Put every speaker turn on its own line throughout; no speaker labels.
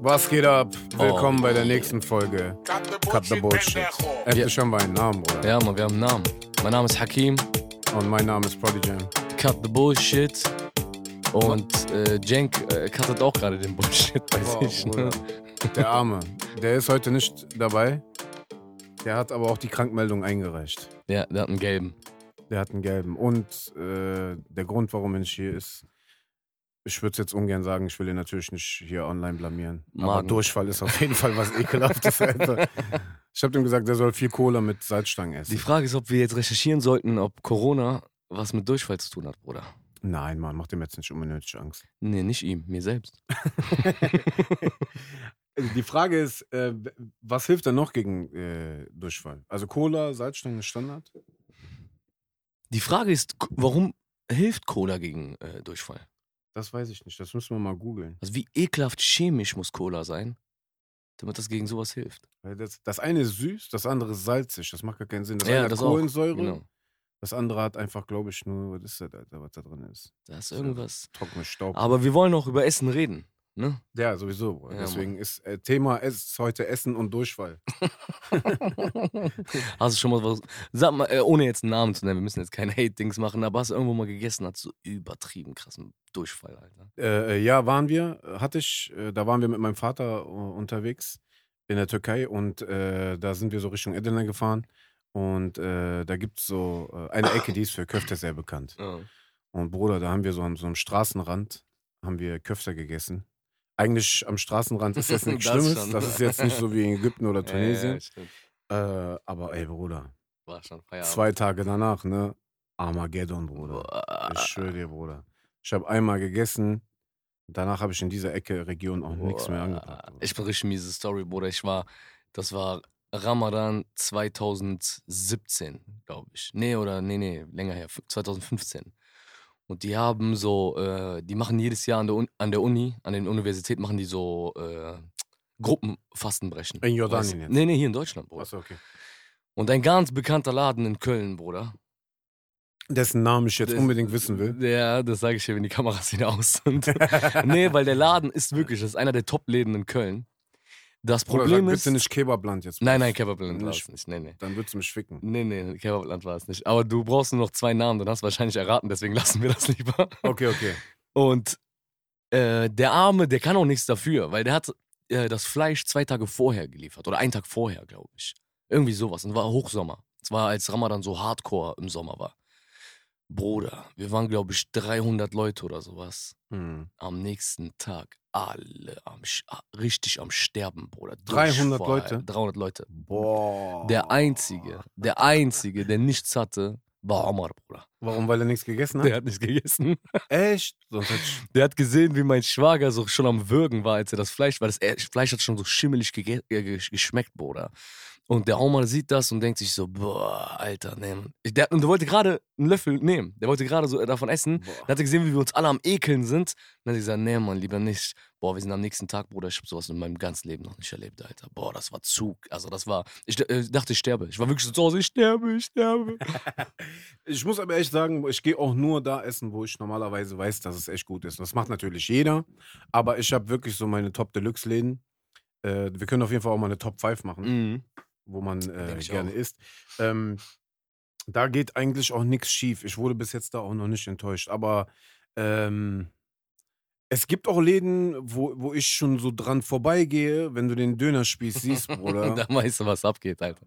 Was geht ab?
Oh.
Willkommen bei der nächsten Folge. Cut the Bullshit. Echt,
Ja.
schon mal einen Namen, Bruder.
Ja, Mann, wir haben einen Namen. Mein Name ist Hakim,
Und mein Name ist Prodigy.
cut the bullshit. Und äh, Jenk äh, cuttet auch gerade den Bullshit bei
Boah,
sich.
Bruder.
Ne?
Der Arme. Der ist heute nicht dabei. Der hat aber auch die Krankmeldung eingereicht.
Ja, der hat einen gelben.
Der hat einen gelben. Und äh, der Grund, warum ich hier ist, ich würde es jetzt ungern sagen, ich will ihn natürlich nicht hier online blamieren. Aber
Magen.
Durchfall ist auf jeden Fall was Ekelhaftes, Alter. Ich habe ihm gesagt, der soll viel Cola mit Salzstangen
Die
essen.
Frage ist, ob wir jetzt recherchieren sollten, ob Corona was mit Durchfall zu tun hat, Bruder.
Nein, Mann, mach dem jetzt nicht unnötig Angst.
Nee, nicht ihm, mir selbst.
Also die Frage ist, äh, w- was hilft denn noch gegen äh, Durchfall? Also Cola, Salzstangen ist Standard?
Die Frage ist, k- warum hilft Cola gegen äh, Durchfall?
Das weiß ich nicht. Das müssen wir mal googeln.
Also wie ekelhaft chemisch muss Cola sein, damit das gegen sowas hilft?
Weil das, das eine ist süß, das andere ist salzig. Das macht gar keinen Sinn. Das
Ja,
eine
das
hat
auch.
Kohlensäure,
Genau.
das andere hat einfach, glaube ich, nur, was ist das, Alter, was da drin ist?
Da ist irgendwas.
Trockenes Staub.
Aber wir wollen auch über Essen reden, ne?
ja, sowieso. Bro.
Ja,
Deswegen ist äh, Thema ist heute Essen und Durchfall.
Hast du schon mal was. Sag mal, äh, ohne jetzt einen Namen zu nennen, wir müssen jetzt keine Hate-Dings machen, aber hast du irgendwo mal gegessen, hast du übertrieben krassen Durchfall, Alter.
Äh, äh, ja, waren wir, äh, hatte ich, äh, da waren wir mit meinem Vater äh, unterwegs in der Türkei und äh, da sind wir so Richtung Edirne gefahren und äh, da gibt es so äh, eine Ecke, die ist für Köfte sehr bekannt. Und Bruder, da haben wir so an so einem Straßenrand, haben wir Köfte gegessen. Eigentlich am Straßenrand ist das nichts
Das
Schlimmes,
schon.
das ist jetzt nicht so wie in Ägypten oder
Ja,
Tunesien.
stimmt.
äh, aber ey Bruder,
War schon Feierabend.
zwei Tage danach, ne? Armageddon, Bruder.
Boah.
Ich schwöre dir, Bruder. Ich habe einmal gegessen. Danach habe ich in dieser Ecke Region auch nichts mehr
Boah.
angebracht. Bruder.
Ich bin richtig miese Story, Bruder. Ich war, das war Ramadan 2017, glaube ich. Nee, oder nee, nee, länger her, 2015. Und die haben so, äh, die machen jedes Jahr an der, Un an der Uni, an den Universitäten machen die so äh, Gruppenfastenbrechen.
In Jordanien
Weißt-
jetzt?
Nee, nee, hier in Deutschland, Bruder.
Achso, okay.
Und ein ganz bekannter Laden in Köln, Bruder.
Dessen Namen ich jetzt
Das-
unbedingt wissen will.
Ja, das sage ich dir, wenn die Kameras wieder aus sind. nee, weil der Laden ist wirklich, das ist einer der Top-Läden in Köln. Das
Bruder,
Problem
sag
ist.
bitte nicht Kebabland jetzt.
Nein, nein, Kebabland war
Nicht-
es nicht. Nee, nee.
Dann würdest du mich ficken.
Nee, nee, Kebabland war es nicht. Aber du brauchst nur noch zwei Namen, dann hast du wahrscheinlich erraten, deswegen lassen wir das lieber.
Okay, okay.
Und äh, der Arme, der kann auch nichts dafür, weil der hat äh, das Fleisch zwei Tage vorher geliefert oder einen Tag vorher, glaube ich. Irgendwie sowas. Und war Hochsommer. Es war, als Ramadan so hardcore im Sommer war. Bruder, wir waren, glaube ich, 300 Leute oder sowas
Hm.
am nächsten Tag alle am, Sch- a- richtig am Sterben, Bruder.
300
Durchfall,
Leute?
300 Leute.
Boah.
Der Einzige, der Einzige, der nichts hatte, war Omar, Bruder.
Warum, weil er nichts gegessen hat?
Der hat nicht gegessen.
Echt? Sonst hätte ich,
Der hat gesehen, wie mein Schwager so schon am Würgen war, als er das Fleisch, weil das äh, Fleisch hat schon so schimmelig gege- äh, gesch- geschmeckt, Bruder. Und der Omar sieht das und denkt sich so, boah, Alter, nehmen. Der, und der wollte gerade einen Löffel nehmen. Der wollte gerade so äh, davon essen.
boah.
Dann hat er gesehen, wie wir uns alle am Ekeln sind. Dann hat er gesagt, nee, Mann, lieber nicht. Boah, wir sind am nächsten Tag, Bruder. Ich habe sowas in meinem ganzen Leben noch nicht erlebt, Alter. Boah, das war Zug. Also das war, ich äh, dachte, ich sterbe. Ich war wirklich so zu Hause, ich sterbe, ich sterbe.
Ich muss aber echt sagen, ich gehe auch nur da essen, wo ich normalerweise weiß, dass es echt gut ist. Das macht natürlich jeder, aber ich habe wirklich so meine Top-Deluxe-Läden. Äh, wir können auf jeden Fall auch mal eine Top 5 machen.
mhm.
wo man äh,
Denk ich
gerne
auch.
isst. Ähm, da geht eigentlich auch nichts schief. Ich wurde bis jetzt da auch noch nicht enttäuscht. Aber ähm, es gibt auch Läden, wo, wo ich schon so dran vorbeigehe, wenn du den Dönerspieß siehst, Bruder.
Da weißt du, was abgeht, Alter.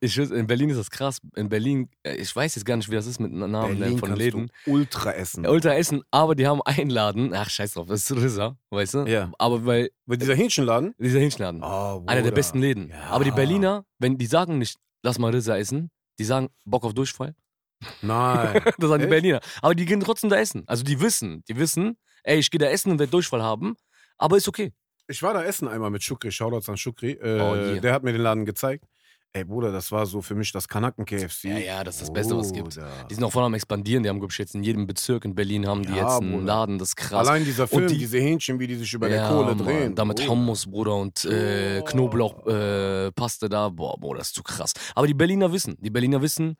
Ich, wüs- in Berlin ist das krass. In Berlin, äh, ich weiß jetzt gar nicht, wie das ist mit Namen nennen
Berlin
von
kannst
Läden.
du Hm. ultra essen.
Ja, Ultra Essen, aber die haben einen Laden. Ach, scheiß drauf, das ist Rissa, weißt du?
Ja.
Aber weil,
Bei dieser Hähnchenladen.
dieser Hinschladen.
Oh,
Einer der
Bruder.
besten Läden.
Ja.
Aber die Berliner, wenn die sagen nicht, lass mal Rissa essen, die sagen Bock auf Durchfall.
Nein.
Das sagen die
Echt?
Berliner. Aber die gehen trotzdem da essen. Also die wissen, die wissen, ey, ich gehe da essen und werde Durchfall haben, aber ist okay.
Ich war da essen einmal mit Schukri, Shoutouts an Schukri. Äh,
Oh, yeah.
Der hat mir den Laden gezeigt. Ey, Bruder, das war so für mich das Kanaken-KFC.
Ja, ja, das ist das Beste, was es gibt.
Bruder.
Die sind auch voll am expandieren, die haben glaub ich, jetzt in jedem Bezirk in Berlin haben die
Ja,
jetzt einen
Bruder.
Laden, das ist krass.
Allein dieser Film,
die-
diese Hähnchen, wie die sich über der
Ja,
Kohle
Mann,
drehen. Oh.
Damit
Bruder.
Hummus, Bruder, und äh,
Oh.
Knoblauch, äh, Paste da. Boah, boah, das ist zu krass. Aber die Berliner wissen, die Berliner wissen,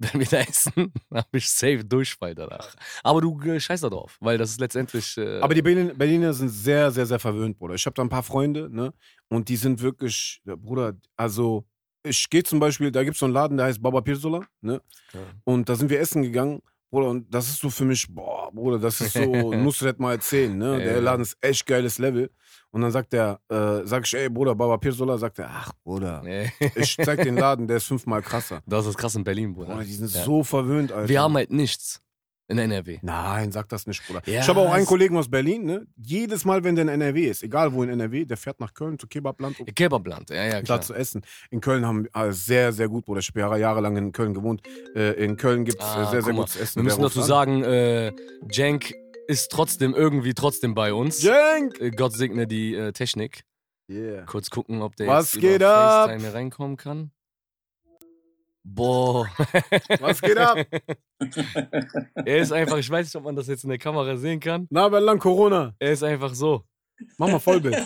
wenn wir da essen, habe ich safe Durchfall danach. Aber du äh, scheiß da drauf, weil das ist letztendlich. Äh,
Aber die Berlin- Berliner sind sehr, sehr, sehr verwöhnt, Bruder. Ich habe da ein paar Freunde, ne? Und die sind wirklich, ja, Bruder, also ich gehe zum Beispiel, da gibt es so einen Laden, der heißt Baba Pirzola, ne?
Ja.
Und da sind wir essen gegangen, Bruder, und das ist so für mich, boah, Bruder, das ist so, Nusret mal erzählen, ne?
Ja.
Der Laden ist echt geiles Level. Und dann sagt er, äh, sag ich, ey, Bruder, Baba Pirzola, sagt er, ach, Bruder,
nee.
ich zeig den Laden, der ist fünfmal krasser.
das ist krass in Berlin, Bruder.
Bruder, die sind
Ja.
so verwöhnt, Alter.
Wir haben halt nichts in NRW.
Nein, sag das nicht, Bruder.
Ja,
ich habe auch einen
es-
Kollegen aus Berlin, ne? Jedes Mal, wenn der in NRW ist, egal wo in NRW, der fährt nach Köln zu Kebabland, um
Kebabland, ja, ja, klar.
da zu essen. In Köln haben äh, sehr, sehr gut, Bruder. Ich habe Jahre, jahrelang in Köln gewohnt. Äh, in Köln gibt es
Ah,
sehr, sehr
guck mal,
gutes Essen.
Wir müssen dazu
ne?
sagen, äh, Jenk ist trotzdem irgendwie trotzdem bei uns.
Jenk!
Äh, Gott segne die äh, Technik.
Yeah.
Kurz gucken, ob der
Was
jetzt
geht
über
ab?
FaceTime reinkommen kann. Boah,
Was geht ab?
er ist einfach, ich weiß nicht, ob man das jetzt in der Kamera sehen kann.
Na, aber lang Corona.
Er ist einfach so.
Mach mal Vollbild.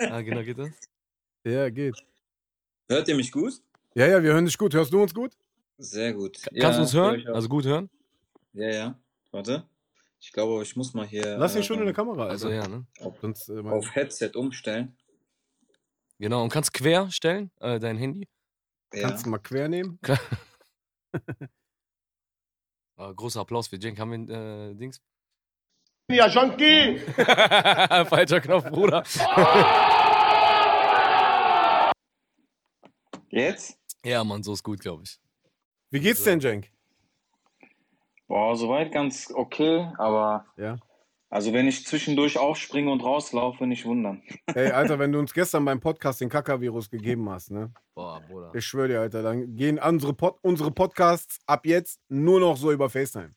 Ah, genau, geht das?
ja, geht.
Hört ihr mich gut?
Ja, ja, wir hören dich gut. Hörst du uns gut?
Sehr gut.
Kannst du uns
hör ich
hören?
auch.
Also gut hören?
ja, ja. Warte. Ich glaube, ich muss mal hier
Lass
äh,
ihn schon in der Kamera, also.
Also ja, ne?
Sonst, äh, mein-
auf Headset umstellen.
Genau, und kannst quer stellen, äh, dein Handy.
Ja.
kannst du mal quer nehmen?
Ah, großer Applaus für Jenk. Haben wir äh, Dings?
Ja, Junkie!
Falscher Knopf, Bruder.
Jetzt?
Ja, Mann, so ist gut, glaube ich.
Wie geht's denn, Jenk?
Boah, soweit ganz okay, aber.
Ja.
Also, wenn ich zwischendurch aufspringe und rauslaufe, nicht wundern.
Ey, Alter, wenn du uns gestern beim Podcast den Kaka-Virus gegeben hast, ne?
Boah, Bruder.
Ich schwöre dir, Alter, dann gehen unsere, Pod unsere Podcasts ab jetzt nur noch so über FaceTime.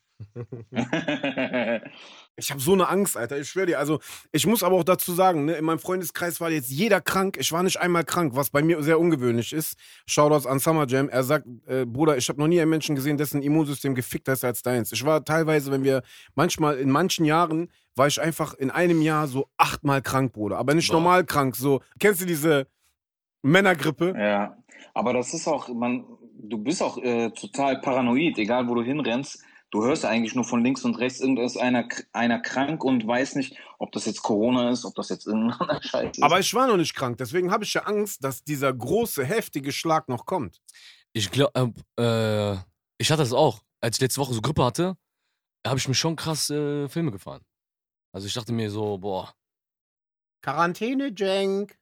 Ich habe so eine Angst, Alter, ich schwöre dir. Also, ich muss aber auch dazu sagen, ne, in meinem Freundeskreis war jetzt jeder krank. Ich war nicht einmal krank, was bei mir sehr ungewöhnlich ist. Shoutouts an Summer Jam. Er sagt, äh, Bruder, ich habe noch nie einen Menschen gesehen, dessen Immunsystem gefickter ist als deins. Ich war teilweise, wenn wir, manchmal, in manchen Jahren, war ich einfach in einem Jahr so achtmal krank, Bruder. Aber nicht
Boah.
normal krank, so. Kennst du diese Männergrippe?
ja. Aber das ist auch, man, du bist auch äh, total paranoid, egal wo du hinrennst. Du hörst eigentlich nur von links und rechts, irgendwas ist einer, k- einer krank und weiß nicht, ob das jetzt Corona ist, ob das jetzt irgendein anderer Scheiß ist.
Aber ich war noch nicht krank, deswegen habe ich ja Angst, dass dieser große, heftige Schlag noch kommt.
Ich glaube, äh, ich hatte das auch. Als ich letzte Woche so Grippe hatte, habe ich mir schon krass äh, Filme gefahren. Also ich dachte mir so, boah,
Quarantäne, Jenk.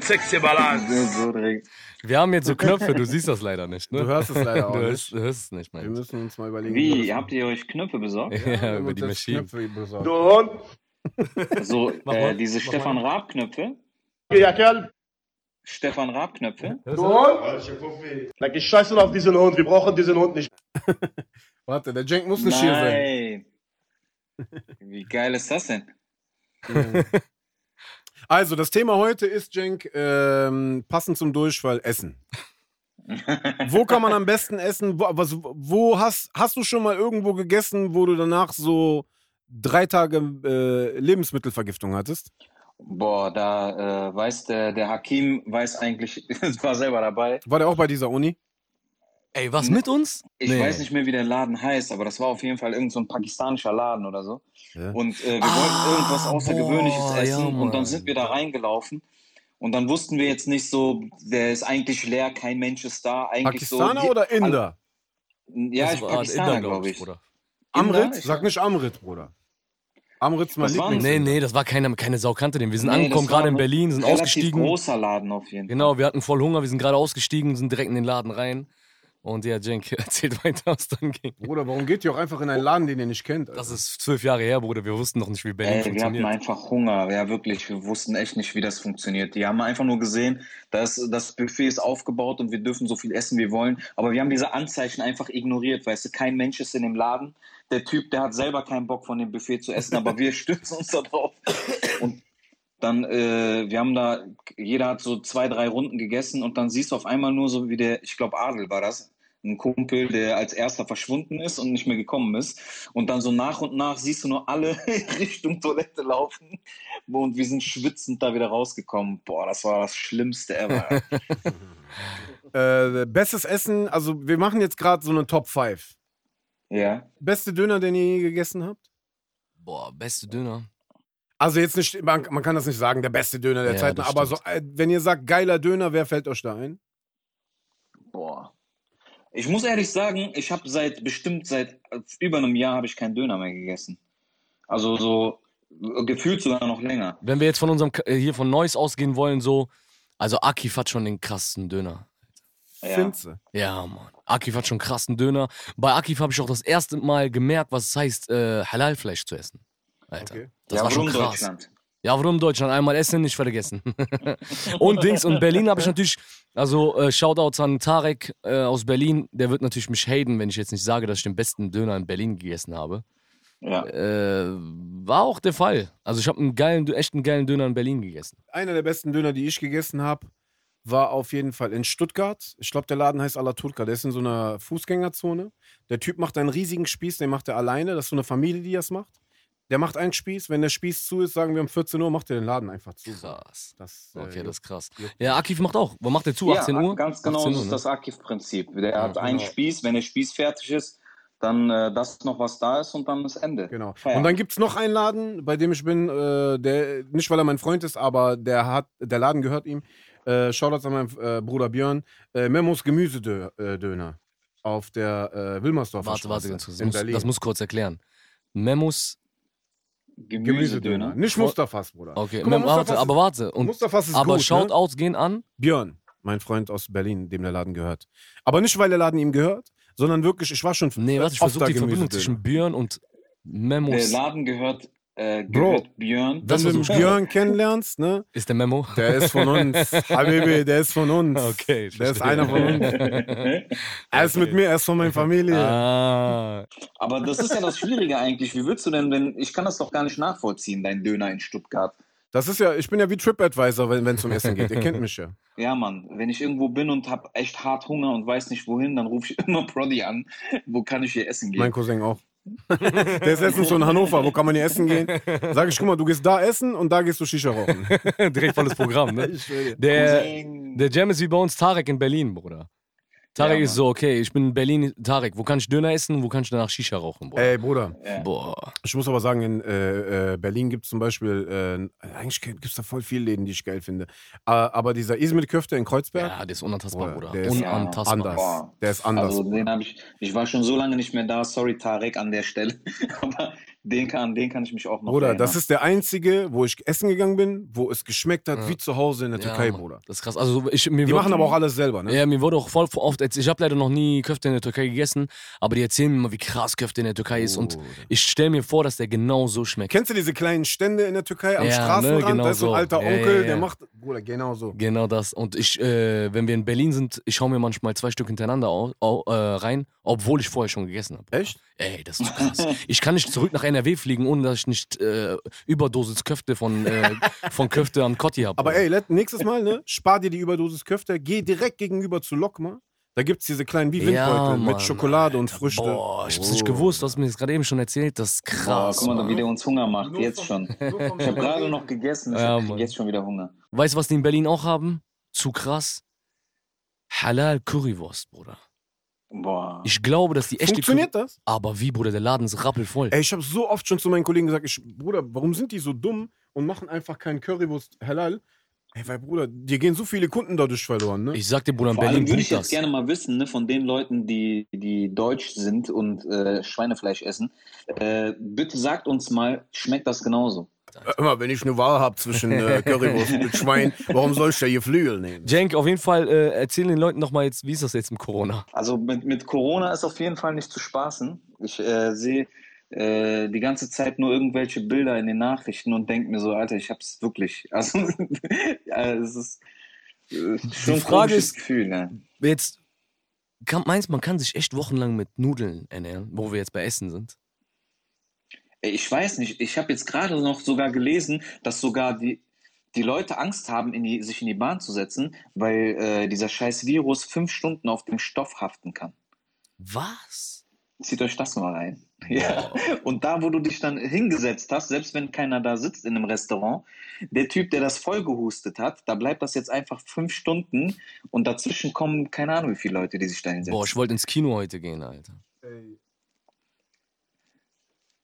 Sexy Balance!
so direkt.
wir haben jetzt so Knöpfe, du siehst das leider nicht, ne?
Du hörst es leider auch
Du
nicht.
hörst, du hörst es nicht,
Wir
mein
müssen uns mal überlegen.
Wie? Habt ihr euch Knöpfe besorgt?
ich. Ja, über die Maschine.
Du
Maschine.
Hund!
So,
Mach
äh,
mal,
diese
mach mal.
Stefan Raab-Knöpfe.
Ja, Kerl!
Stefan Raab-Knöpfe.
Du Hund! Na, ich scheiße auf diesen Hund, wir brauchen diesen Hund nicht.
Warte, der Jenk muss nicht hier sein.
Nein. Wie geil ist das denn?
Also, das Thema heute ist, Jenk, ähm, passend zum Durchfall, Essen. wo kann man am besten essen? Wo, was, wo hast, hast du schon mal irgendwo gegessen, wo du danach so drei Tage äh, Lebensmittelvergiftung hattest?
Boah, da äh, weiß der, der Hakim weiß eigentlich, war selber dabei.
War der auch bei dieser Uni?
Ey, was mit uns?
Ich
Nee.
weiß nicht mehr, wie der Laden heißt, aber das war auf jeden Fall irgendein so ein pakistanischer Laden oder so.
Ja.
Und äh, wir
Ah,
wollten irgendwas Außergewöhnliches
boah,
essen
ja,
und
Mann.
dann sind wir da reingelaufen. Und dann wussten wir jetzt nicht so, der ist eigentlich leer, kein Mensch ist da. Eigentlich
Pakistaner
so,
oder Inder?
Ja,
Das
ich
war in
Pakistaner,
Indien, glaub
glaube ich.
Bruder.
Amrit?
Inder? Ich-
Sag nicht Amrit, Bruder. Amrit ist mein
Was war
Lieblings.
denn
Nee, nee, das war keine, keine Sau kannte den. Wir sind
Hm. Nee,
angekommen,
das war
gerade in
ein
Berlin, sind
Relativ
ausgestiegen.
großer Laden auf jeden Fall.
Genau, wir hatten voll Hunger, wir sind gerade ausgestiegen, sind direkt in den Laden rein. Und ja, Jenk erzählt weiter, was dann ging.
Bruder, warum geht ihr auch einfach in einen Laden, den ihr nicht kennt? Alter?
Das ist zwölf Jahre her, Bruder. Wir wussten noch nicht, wie Berlin
Ey, wir hatten
funktioniert.
einfach Hunger, ja wirklich. Wir wussten echt nicht, wie das funktioniert. Die haben einfach nur gesehen, dass das Buffet ist aufgebaut und wir dürfen so viel essen, wie wollen. Aber wir haben diese Anzeichen einfach ignoriert, weißt du. Kein Mensch ist in dem Laden. Der Typ, der hat selber keinen Bock von dem Buffet zu essen, aber wir stürzen uns da drauf. Und dann, äh, wir haben da, jeder hat so zwei, drei Runden gegessen und dann siehst du auf einmal nur so, wie der, ich glaube, Adel war das. Ein Kumpel, der als erster verschwunden ist und nicht mehr gekommen ist. Und dann so nach und nach siehst du nur alle Richtung Toilette laufen. Und wir sind schwitzend da wieder rausgekommen. Boah, das war das Schlimmste ever.
Äh, bestes Essen, also wir machen jetzt gerade so eine Top 5.
Ja.
Beste Döner, den ihr je gegessen habt?
Boah, beste Döner.
Also jetzt nicht, man, man kann das nicht sagen, der beste Döner der
Ja,
Zeit,
das
aber so,
stimmt.
äh, wenn ihr sagt, geiler Döner, wer fällt euch da ein?
Boah. Ich muss ehrlich sagen, ich habe seit bestimmt seit über einem Jahr habe ich keinen Döner mehr gegessen. Also so äh, gefühlt sogar noch länger.
Wenn wir jetzt von unserem K- äh, hier von Neuss ausgehen wollen, so, also Akif hat schon den krassen Döner.
Ja.
Finze.
Ja, Mann. Akif hat schon krassen Döner. Bei Akif habe ich auch das erste Mal gemerkt, was es heißt, äh, Halalfleisch zu essen. Alter.
Okay.
Das
ja,
war schon
warum
krass.
Deutschland.
Ja, warum Deutschland? Einmal Essen nicht vergessen. und Dings, und Berlin habe ich natürlich, also äh, Shoutouts an Tarek äh, aus Berlin. Der wird natürlich mich haten, wenn ich jetzt nicht sage, dass ich den besten Döner in Berlin gegessen habe.
Ja.
Äh, war auch der Fall. Also ich habe einen geilen, echt einen geilen Döner in Berlin gegessen.
Einer der besten Döner, die ich gegessen habe, war auf jeden Fall in Stuttgart. Ich glaube, der Laden heißt Alaturka. Der ist in so einer Fußgängerzone. Der Typ macht einen riesigen Spieß, den macht er alleine. Das ist so eine Familie, die das macht. Der macht einen Spieß. Wenn der Spieß zu ist, sagen wir um 14 Uhr, macht er den Laden einfach zu.
Krass.
Das, äh,
Okay, das ist krass.
juckt.
Ja, Akif macht auch. Was macht der zu? 18
ja,
Uhr?
Ganz genau,
18
das
Uhr,
ist
ne?
das Arkiv-Prinzip. Der
Ja,
hat einen
genau.
Spieß, wenn der Spieß fertig ist, dann äh, das noch, was da ist und dann ist Ende.
Genau.
Ja.
Und dann gibt es noch einen Laden, bei dem ich bin, äh, der, nicht weil er mein Freund ist, aber der hat, der Laden gehört ihm. Äh, Shoutouts an meinen äh, Bruder Björn. Äh, Memos Gemüsedöner auf der äh, Wilmersdorfer
Warte, warte,
Straße
ganz kurz. das
in
muss,
Berlin.
das muss kurz erklären. Memos,
Gemüsedöner.
Gemüsedöner.
Nicht Mustafas, Bruder.
okay,
Guck mal,
Mem-
Mustafas
warte, aber warte.
ist,
Und,
Mustafas ist
aber
gut, ne?
Shoutouts gehen an.
Björn, mein Freund aus Berlin, dem der Laden gehört. Aber nicht, weil der Laden ihm gehört, sondern wirklich, ich war schon
Nee, warte, ich
oft
versuche
da
die Verbindung
Gemüsedöner.
zwischen Björn und
Der
Memos.
Laden gehört, äh,
Bro.
gehört Björn.
Das
Wenn du
versuch ich.
Björn kennenlernst, ne?
Ist der Memo?
Der ist von uns. Habibi, der ist von uns.
Okay, ich
Der ist
verstehe.
einer von uns. Er ist mit mir, er ist von meiner Familie.
Ah,
Aber das ist ja das Schwierige eigentlich. Wie würdest du denn, wenn ich kann das doch gar nicht nachvollziehen, dein Döner in Stuttgart.
Das ist ja, ich bin ja wie TripAdvisor, wenn es um Essen geht. Ihr kennt mich ja.
Ja, Mann, wenn ich irgendwo bin und hab echt hart Hunger und weiß nicht wohin, dann rufe ich immer Prodi an. Wo kann ich hier essen gehen?
Mein Cousin auch. Der ist letztens schon in Hannover, wo kann man hier essen gehen? Sag ich, guck mal, du gehst da essen und da gehst du Shisha rauchen.
direkt volles Programm, ne?
Ich schwöre dir.
Der,
Cousin.
der Jam ist wie bei uns Tarek in Berlin, Bruder. Tarek
Ja,
ist
Mann.
so, okay, ich bin in Berlin, Tarek, wo kann ich Döner essen, wo kann ich danach Shisha rauchen, Bruder?
Ey, Bruder,
Ja.
Boah.
ich muss aber sagen, in äh, äh, Berlin gibt es zum Beispiel, äh, eigentlich gibt es da voll viele Läden, die ich geil finde. Äh, aber dieser Izmir-Köfte in Kreuzberg,
Ja, der ist unantastbar,
Bruder,
Bruder.
der ist
Unantastbar.
anders.
Boah.
Der ist anders.
Also den habe ich, ich war schon so lange nicht mehr da, sorry Tarek an der Stelle, aber den kann, an den kann ich mich auch noch
Bruder,
erinnern.
das ist der einzige, wo ich essen gegangen bin, wo es geschmeckt hat
Ja.
wie zu Hause in der
Ja,
Türkei,
Mann,
Bruder.
Das ist krass. Also ich, mir
Die
wird-
machen aber auch alles selber, ne?
Ja, mir wurde auch voll oft, erzählt- ich habe leider noch nie Köfte in der Türkei gegessen, aber die erzählen mir immer, wie krass Köfte in der Türkei ist und
Bruder.
ich stelle mir vor, dass der genau so schmeckt.
Kennst du diese kleinen Stände in der Türkei am
Ja, ne,
Straßenrand?
genau
da ist so
so.
ein alter
Ja,
Onkel,
ja, ja.
der macht. Bruder, genau so.
Genau das. Und ich, äh, wenn wir in Berlin sind, ich schaue mir manchmal zwei Stück hintereinander au, au, äh, rein, obwohl ich vorher schon gegessen habe.
Echt?
Ey, das ist krass. Ich kann nicht zurück nach NRW fliegen, ohne dass ich nicht äh, Überdosis Köfte von, äh, von Köfte an Kotti habe.
Aber ey, let- nächstes Mal, ne? Spar dir die Überdosis Köfte, geh direkt gegenüber zu Lokma. Da gibt's diese kleinen wie Windbeutel mit
Mann,
Schokolade und
Alter.
Früchte.
Boah, ich hab's nicht
Bruder.
gewusst, du hast mir das gerade eben schon erzählt. Das ist
Boah,
krass.
guck mal,
Mann.
wie der uns Hunger macht, jetzt schon. Ich habe gerade noch gegessen, ich
Ja,
hab
Mann.
jetzt schon wieder Hunger.
Weißt du, was die in Berlin auch haben? Zu krass. Halal Currywurst, Bruder.
Boah.
Ich glaube, dass die echte
Funktioniert
Curry-
das?
Aber wie, Bruder, der Laden ist rappelvoll.
Ey, ich habe so oft schon zu meinen Kollegen gesagt, ich, Bruder, warum sind die so dumm und machen einfach keinen Currywurst halal? Ey, weil Bruder, dir gehen so viele Kunden dadurch verloren, ne?
Ich sag dir, Bruder, in
Vor allem
Berlin
würde ich
boomt
jetzt
das.
gerne mal wissen, ne, von den Leuten, die, die deutsch sind und äh, Schweinefleisch essen, äh, bitte sagt uns mal, schmeckt das genauso?
Immer, wenn ich eine Wahl habe zwischen äh, Currywurst und Schwein, warum soll ich da hier Flügel nehmen?
Jenk, auf jeden Fall äh, erzähl den Leuten nochmal jetzt, wie ist das jetzt mit Corona?
Also mit, mit Corona ist auf jeden Fall nicht zu spaßen. Ich äh, sehe äh, die ganze Zeit nur irgendwelche Bilder in den Nachrichten und denke mir so, Alter, ich hab's wirklich. Also ja, es ist äh, schon ein
Frage
komisches
ist-
Gefühl. Ne?
Jetzt, kann, meinst du, man kann sich echt wochenlang mit Nudeln ernähren, wo wir jetzt bei Essen sind?
Ey, Ich weiß nicht, ich habe jetzt gerade noch sogar gelesen, dass sogar die, die Leute Angst haben, in die, sich in die Bahn zu setzen, weil äh, dieser scheiß Virus fünf Stunden auf dem Stoff haften kann.
Was?
zieht euch das mal rein. Ja. Und da, wo du dich dann hingesetzt hast, selbst wenn keiner da sitzt in einem Restaurant, der Typ, der das voll gehustet hat, da bleibt das jetzt einfach fünf Stunden und dazwischen kommen keine Ahnung, wie viele Leute, die sich da hinsetzen.
Boah, ich wollte ins Kino heute gehen, Alter.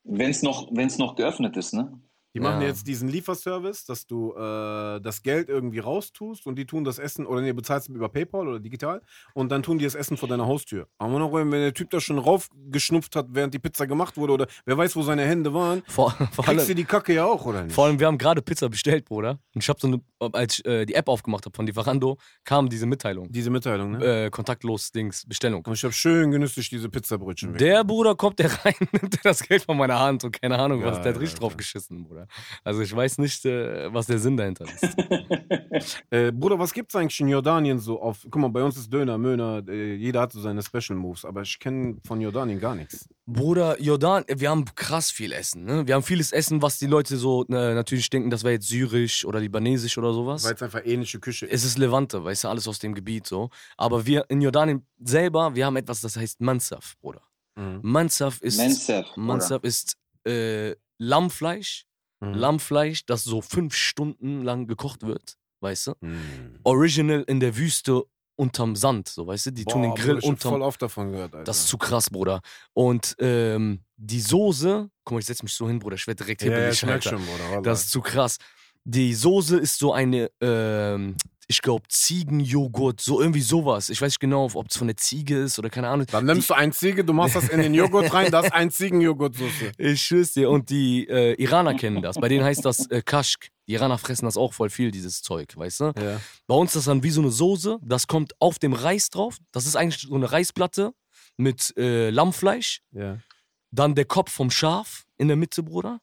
Wenn es noch, wenn's noch geöffnet ist, ne?
Die machen
Ja.
jetzt diesen Lieferservice, dass du äh, das Geld irgendwie raustust und die tun das Essen, oder nee, bezahlst über PayPal oder digital und dann tun die das Essen vor deiner Haustür. Aber noch, wenn der Typ da schon raufgeschnupft hat, während die Pizza gemacht wurde oder wer weiß, wo seine Hände waren,
Vor, vor,
kriegst du
allem,
die Kacke ja auch, oder nicht?
vor allem, wir haben gerade Pizza bestellt, Bruder. Und ich habe so eine, als ich äh, die App aufgemacht habe von Lieferando, kam diese Mitteilung.
Diese Mitteilung, ne?
Äh, kontaktlos Dings, Bestellung.
Und ich habe schön genüsslich diese Pizzabrötchen weg.
Der Bruder kommt der rein, nimmt er das Geld von meiner Hand und keine Ahnung was,
Geil,
der hat richtig
Alter.
drauf geschissen, Bruder. Also ich weiß nicht, äh, was der Sinn dahinter ist.
Äh, Bruder, was gibt's eigentlich in Jordanien so auf? Guck mal, bei uns ist Döner, Möhner, äh, jeder hat so seine Special Moves, aber ich kenne von Jordanien gar nichts.
Bruder, Jordan, äh, wir haben krass viel Essen, ne? Wir haben vieles Essen, was die Leute so ne, natürlich denken, das wäre jetzt syrisch oder libanesisch oder sowas.
Weil es einfach ähnliche Küche ist.
es ist Levante, weißt du, alles aus dem Gebiet so. Aber wir in Jordanien selber, wir haben etwas, das heißt Mansaf, Bruder.
Mhm.
Mansaf ist,
Menzer.
Mansaf ist äh, Lammfleisch,
Mhm.
Lammfleisch, das so fünf Stunden lang gekocht wird, weißt du?
Mhm.
Original in der Wüste unterm Sand, so weißt du? Die tun den
Boah,
Grill
Bruder, ich hab voll
unterm.
oft davon gehört, Alter.
Das ist zu krass, Bruder. Und ähm, die Soße, guck mal, ich setz mich so hin, Bruder, ich werd direkt
ja, ja,
hibbelig,
ich merk
Alter.
schon, Bruder. wallah.
Das ist zu krass. Die Soße ist so eine, ähm, ich glaube, Ziegenjoghurt, so irgendwie sowas. Ich weiß nicht genau, ob es von der Ziege ist oder keine Ahnung.
dann nimmst du ein Ziege, du machst das in den Joghurt rein, das ist ein Ziegenjoghurtsoße.
Ich schwör's dir. Und die äh, Iraner kennen das. Bei denen heißt das äh, Kaschk. Die Iraner fressen das auch voll viel, dieses Zeug, weißt du?
Ja.
Bei uns ist das dann wie so eine Soße. Das kommt auf dem Reis drauf. Das ist eigentlich so eine Reisplatte mit äh, Lammfleisch.
ja.
Dann der Kopf vom Schaf in der Mitte, Bruder.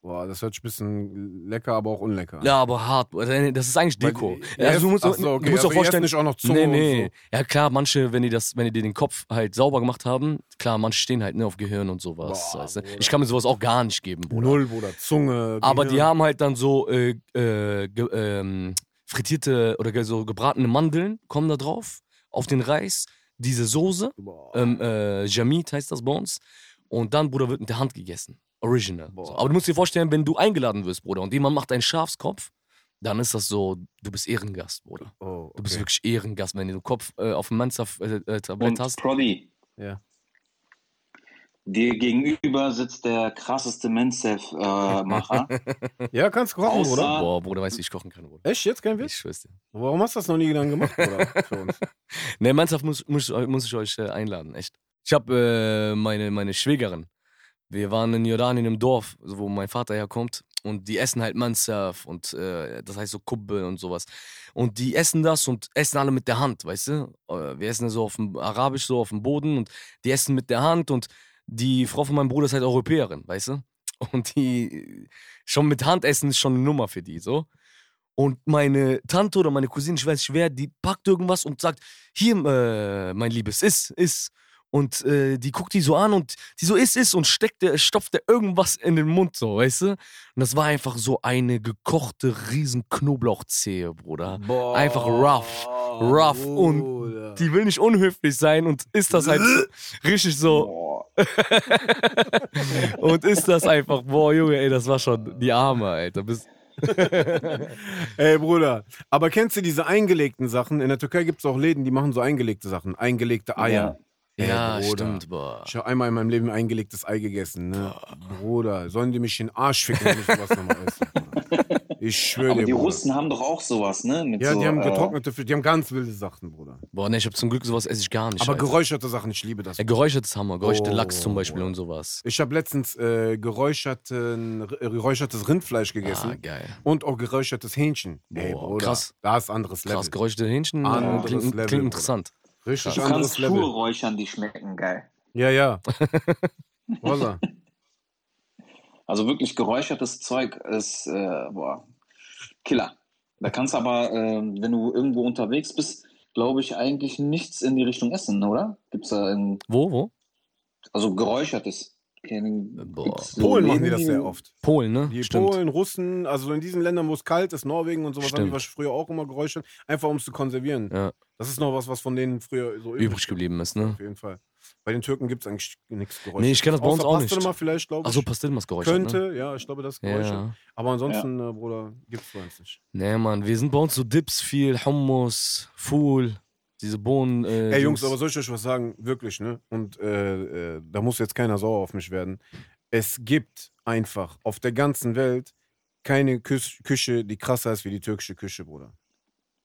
Boah, das hört sich ein bisschen lecker, aber auch unlecker. an.
Ja, aber hart. Also, äh, Das ist eigentlich
Weil-
Deko.
Ja,
also, du musst,
ach so, okay. also
du musst dir
ihr esst
vorstellen,
nicht auch noch Zunge
nee, nee.
und
Ja klar, manche, wenn die das, wenn die dir den Kopf halt sauber gemacht haben, klar, manche stehen halt ne, auf Gehirn und sowas.
Boah,
weißt du?
Bruder.
Ich kann mir sowas auch gar nicht geben,
so.
Bruder.
Null, Bruder, Zunge.
Aber die
Gehirn.
haben halt dann so äh, äh, ge ähm, frittierte oder ge- so gebratene Mandeln, kommen da drauf, auf den Reis, diese Soße,
Boah.
ähm, äh, Jamit heißt das bei uns. Und dann, Bruder, wird mit der Hand gegessen. Original. So.
Boah.
Aber du musst dir vorstellen, wenn du eingeladen wirst, Bruder, und jemand macht einen Schafskopf, dann ist das so, du bist Ehrengast, Bruder.
oh, okay.
Du bist wirklich Ehrengast, wenn du den Kopf äh, auf dem Mannschaft-Tablett äh, Tablett
Und
hast.
Proddy.
Ja.
Dir gegenüber sitzt der krasseste äh, Menzev-Macher.
Ja, kannst kochen,
Außer-
Bruder.
Boah, Bruder, weißt du, wie ich kochen kann, Bruder.
Echt, jetzt kein
Ich
Witz?
schwör's dir.
Warum hast du das noch nie dann gemacht, Bruder, für uns?
Ne, Mannschaft muss, muss, muss ich euch äh, einladen, echt. Ich habe äh, meine, meine Schwägerin. Wir waren in Jordanien im Dorf, so wo mein Vater herkommt. Und die essen halt Mansaf und äh, das heißt so Kubbe und sowas. Und die essen das und essen alle mit der Hand, weißt du? Äh, Wir essen das so auf dem Arabisch, so auf dem Boden und die essen mit der Hand und die Frau von meinem Bruder ist halt Europäerin, weißt du? Und die schon mit Hand essen ist schon eine Nummer für die, so. Und meine Tante oder meine Cousine, ich weiß nicht wer, die packt irgendwas und sagt, hier, äh, mein Liebes, iss, iss. Und äh, die guckt die so an und die so iss, iss und steckt der, stopft der irgendwas in den Mund, so, weißt du? Und das war einfach so eine gekochte riesen Knoblauchzehe, Bruder.
Boah.
Einfach rough. Rough und
Bruder.
Die will nicht unhöflich sein und ist das halt richtig so
Boah.
und ist das einfach, boah Junge, ey, das war schon die Arme, Alter. Bis,
Ey, Bruder. Aber kennst du diese eingelegten Sachen? In der Türkei gibt es auch Läden, die machen so eingelegte Sachen. Eingelegte Eier. Ey,
ja,
Bruder.
stimmt, boah.
Ich habe einmal in meinem Leben ein eingelegtes Ei gegessen, ne? Bruder, sollen die mich in den Arsch ficken, wenn ich sowas nochmal esse? Bruder? Ich schwöre
Aber
dir,
die
Bruder.
Russen haben doch auch sowas, ne? Mit
Oh. ja,
so,
die haben
äh,
getrocknete Fische, die haben ganz wilde Sachen, Bruder.
Boah, ne, ich hab zum Glück sowas esse ich gar nicht.
Aber
Alter.
geräucherte Sachen, ich liebe das.
Ja, geräuchertes Hammer, geräucherte
Oh,
Lachs zum Beispiel
Bruder.
und sowas.
Ich habe letztens äh, geräucherten, r- geräuchertes Rindfleisch
Ah,
gegessen
geil.
und auch geräuchertes Hähnchen. Ey,
Boah,
Bruder,
krass.
da ist anderes Level.
Krass, geräucherte Hähnchen äh,
Anderes
klingt,
Level,
klingt
Bruder.
interessant.
Richtig
Du
anderes
kannst
Level.
Schuhe räuchern, die schmecken geil.
Ja, ja. Voila.
Also wirklich geräuchertes Zeug ist, äh, boah, Killer. Da kannst du aber, ähm, wenn du irgendwo unterwegs bist, glaube ich, eigentlich nichts in die Richtung essen, oder? Gibt's da ein,
Wo, wo?
also geräuchertes. Kennen-
Boah.
gibt's
Polen machen die das
Slowenien?
sehr oft.
Polen, ne?
Die
Stimmt.
Polen, Russen, also in diesen Ländern, wo es kalt ist, Norwegen und sowas, haben die
Stimmt.
was früher auch immer geräuchert, einfach um es zu konservieren.
Ja.
Das ist noch was, was von denen früher so
Übrig geblieben ist, ne?
Auf jeden Fall. Bei den Türken gibt es eigentlich nichts geräuchert.
Nee, ich kenn das bei uns
Außer
auch
Pastele
nicht.
mal vielleicht, glaube ich.
Achso, Pastilmas geräuchert, ne?
Könnte, ja, ich glaube, das ist geräuchert.
Ja.
Aber ansonsten, äh, Bruder, gibt es bei uns nicht.
Nee, Mann, wir sind bei uns so Dips viel, Hummus, Fool, diese Bohnen. Äh,
Ey Jungs,
Dings.
aber soll ich euch was sagen? Wirklich, ne? Und äh, äh, da muss jetzt keiner sauer auf mich werden. Es gibt einfach auf der ganzen Welt keine Küs Küche, die krasser ist wie die türkische Küche, Bruder.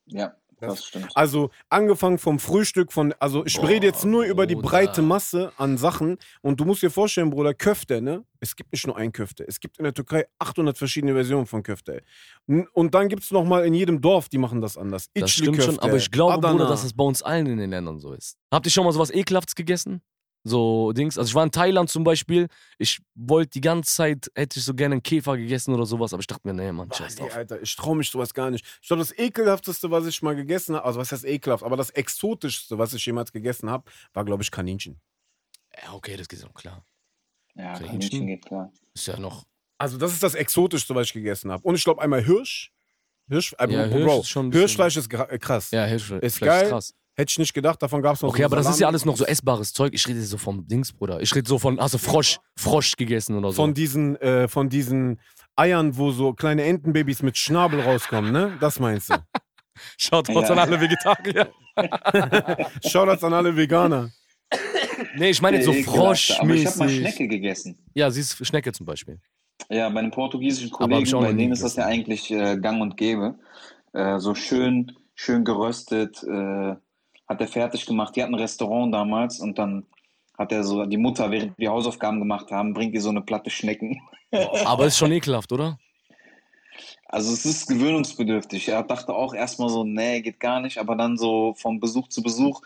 Ja,
Das-
das stimmt.
Also angefangen vom Frühstück, von, also ich
Boah,
rede jetzt nur über die
Bruder.
breite Masse an Sachen und du musst dir vorstellen, Bruder, Köfte, ne? Es gibt nicht nur ein Köfte. Es gibt in der Türkei 800 verschiedene Versionen von Köfte, ey. N- Und dann gibt es nochmal in jedem Dorf, die machen das anders.
Das
İçli
stimmt schon,
Köfte,
aber ich glaube,
Adana.
Bruder, dass das bei uns allen in den Ländern so ist. Habt ihr schon mal sowas Ekelhaftes gegessen? So Dings. Also ich war in Thailand zum Beispiel. Ich wollte die ganze Zeit, hätte ich so gerne einen Käfer gegessen oder sowas, aber ich dachte mir, nee, Mann,
Boah,
scheiß
nee,
drauf.
Alter, ich traue mich sowas gar nicht. Ich glaube, das ekelhafteste, was ich mal gegessen habe, also was heißt ekelhaft, aber das exotischste, was ich jemals gegessen habe, war, glaube ich, Kaninchen.
Ja, okay, das geht auch klar.
Ja,
Kaninchen.
Kaninchen geht klar.
Ist ja noch.
Also, das ist das exotischste, was ich gegessen habe. Und ich glaube, einmal Hirsch. Hirsch, äh,
Ja,
Bro,
Hirsch
Bro,
ist schon ein bisschen-
Hirschfleisch ist gra- äh, krass.
Ja, Hirschfleisch
Ist
ist
geil.
krass.
Hätte ich nicht gedacht, davon gab es noch
Okay,
so
aber das ist ja
Salami.
alles noch so essbares Zeug. Ich rede so vom Dings, Bruder. Ich rede so von, hast du Frosch, Frosch gegessen oder so?
Von diesen, äh, von diesen Eiern, wo so kleine Entenbabys mit Schnabel rauskommen, ne? Das meinst du.
Schaut uns
Ja.
an alle Vegetarier.
Shoutouts an alle Veganer.
Nee, ich meine jetzt so
Der ekelhafte. Äh, Aber ich habe mal
froschmäßig.
Schnecke gegessen.
Ja, sie ist Schnecke zum Beispiel.
Ja, bei einem portugiesischen
Aber hab ich
Kollegen,
auch noch
bei
nie
denen ist das ja
gegessen.
eigentlich äh, gang und gäbe. Äh, so schön, schön geröstet, äh, hat er fertig gemacht. Die hatten ein Restaurant damals und dann hat er so, die Mutter, während wir Hausaufgaben gemacht haben, bringt ihr so eine Platte Schnecken.
Aber ist schon ekelhaft, oder?
Also es ist gewöhnungsbedürftig. Er dachte auch erstmal so, nee, geht gar nicht, aber dann so von Besuch zu Besuch,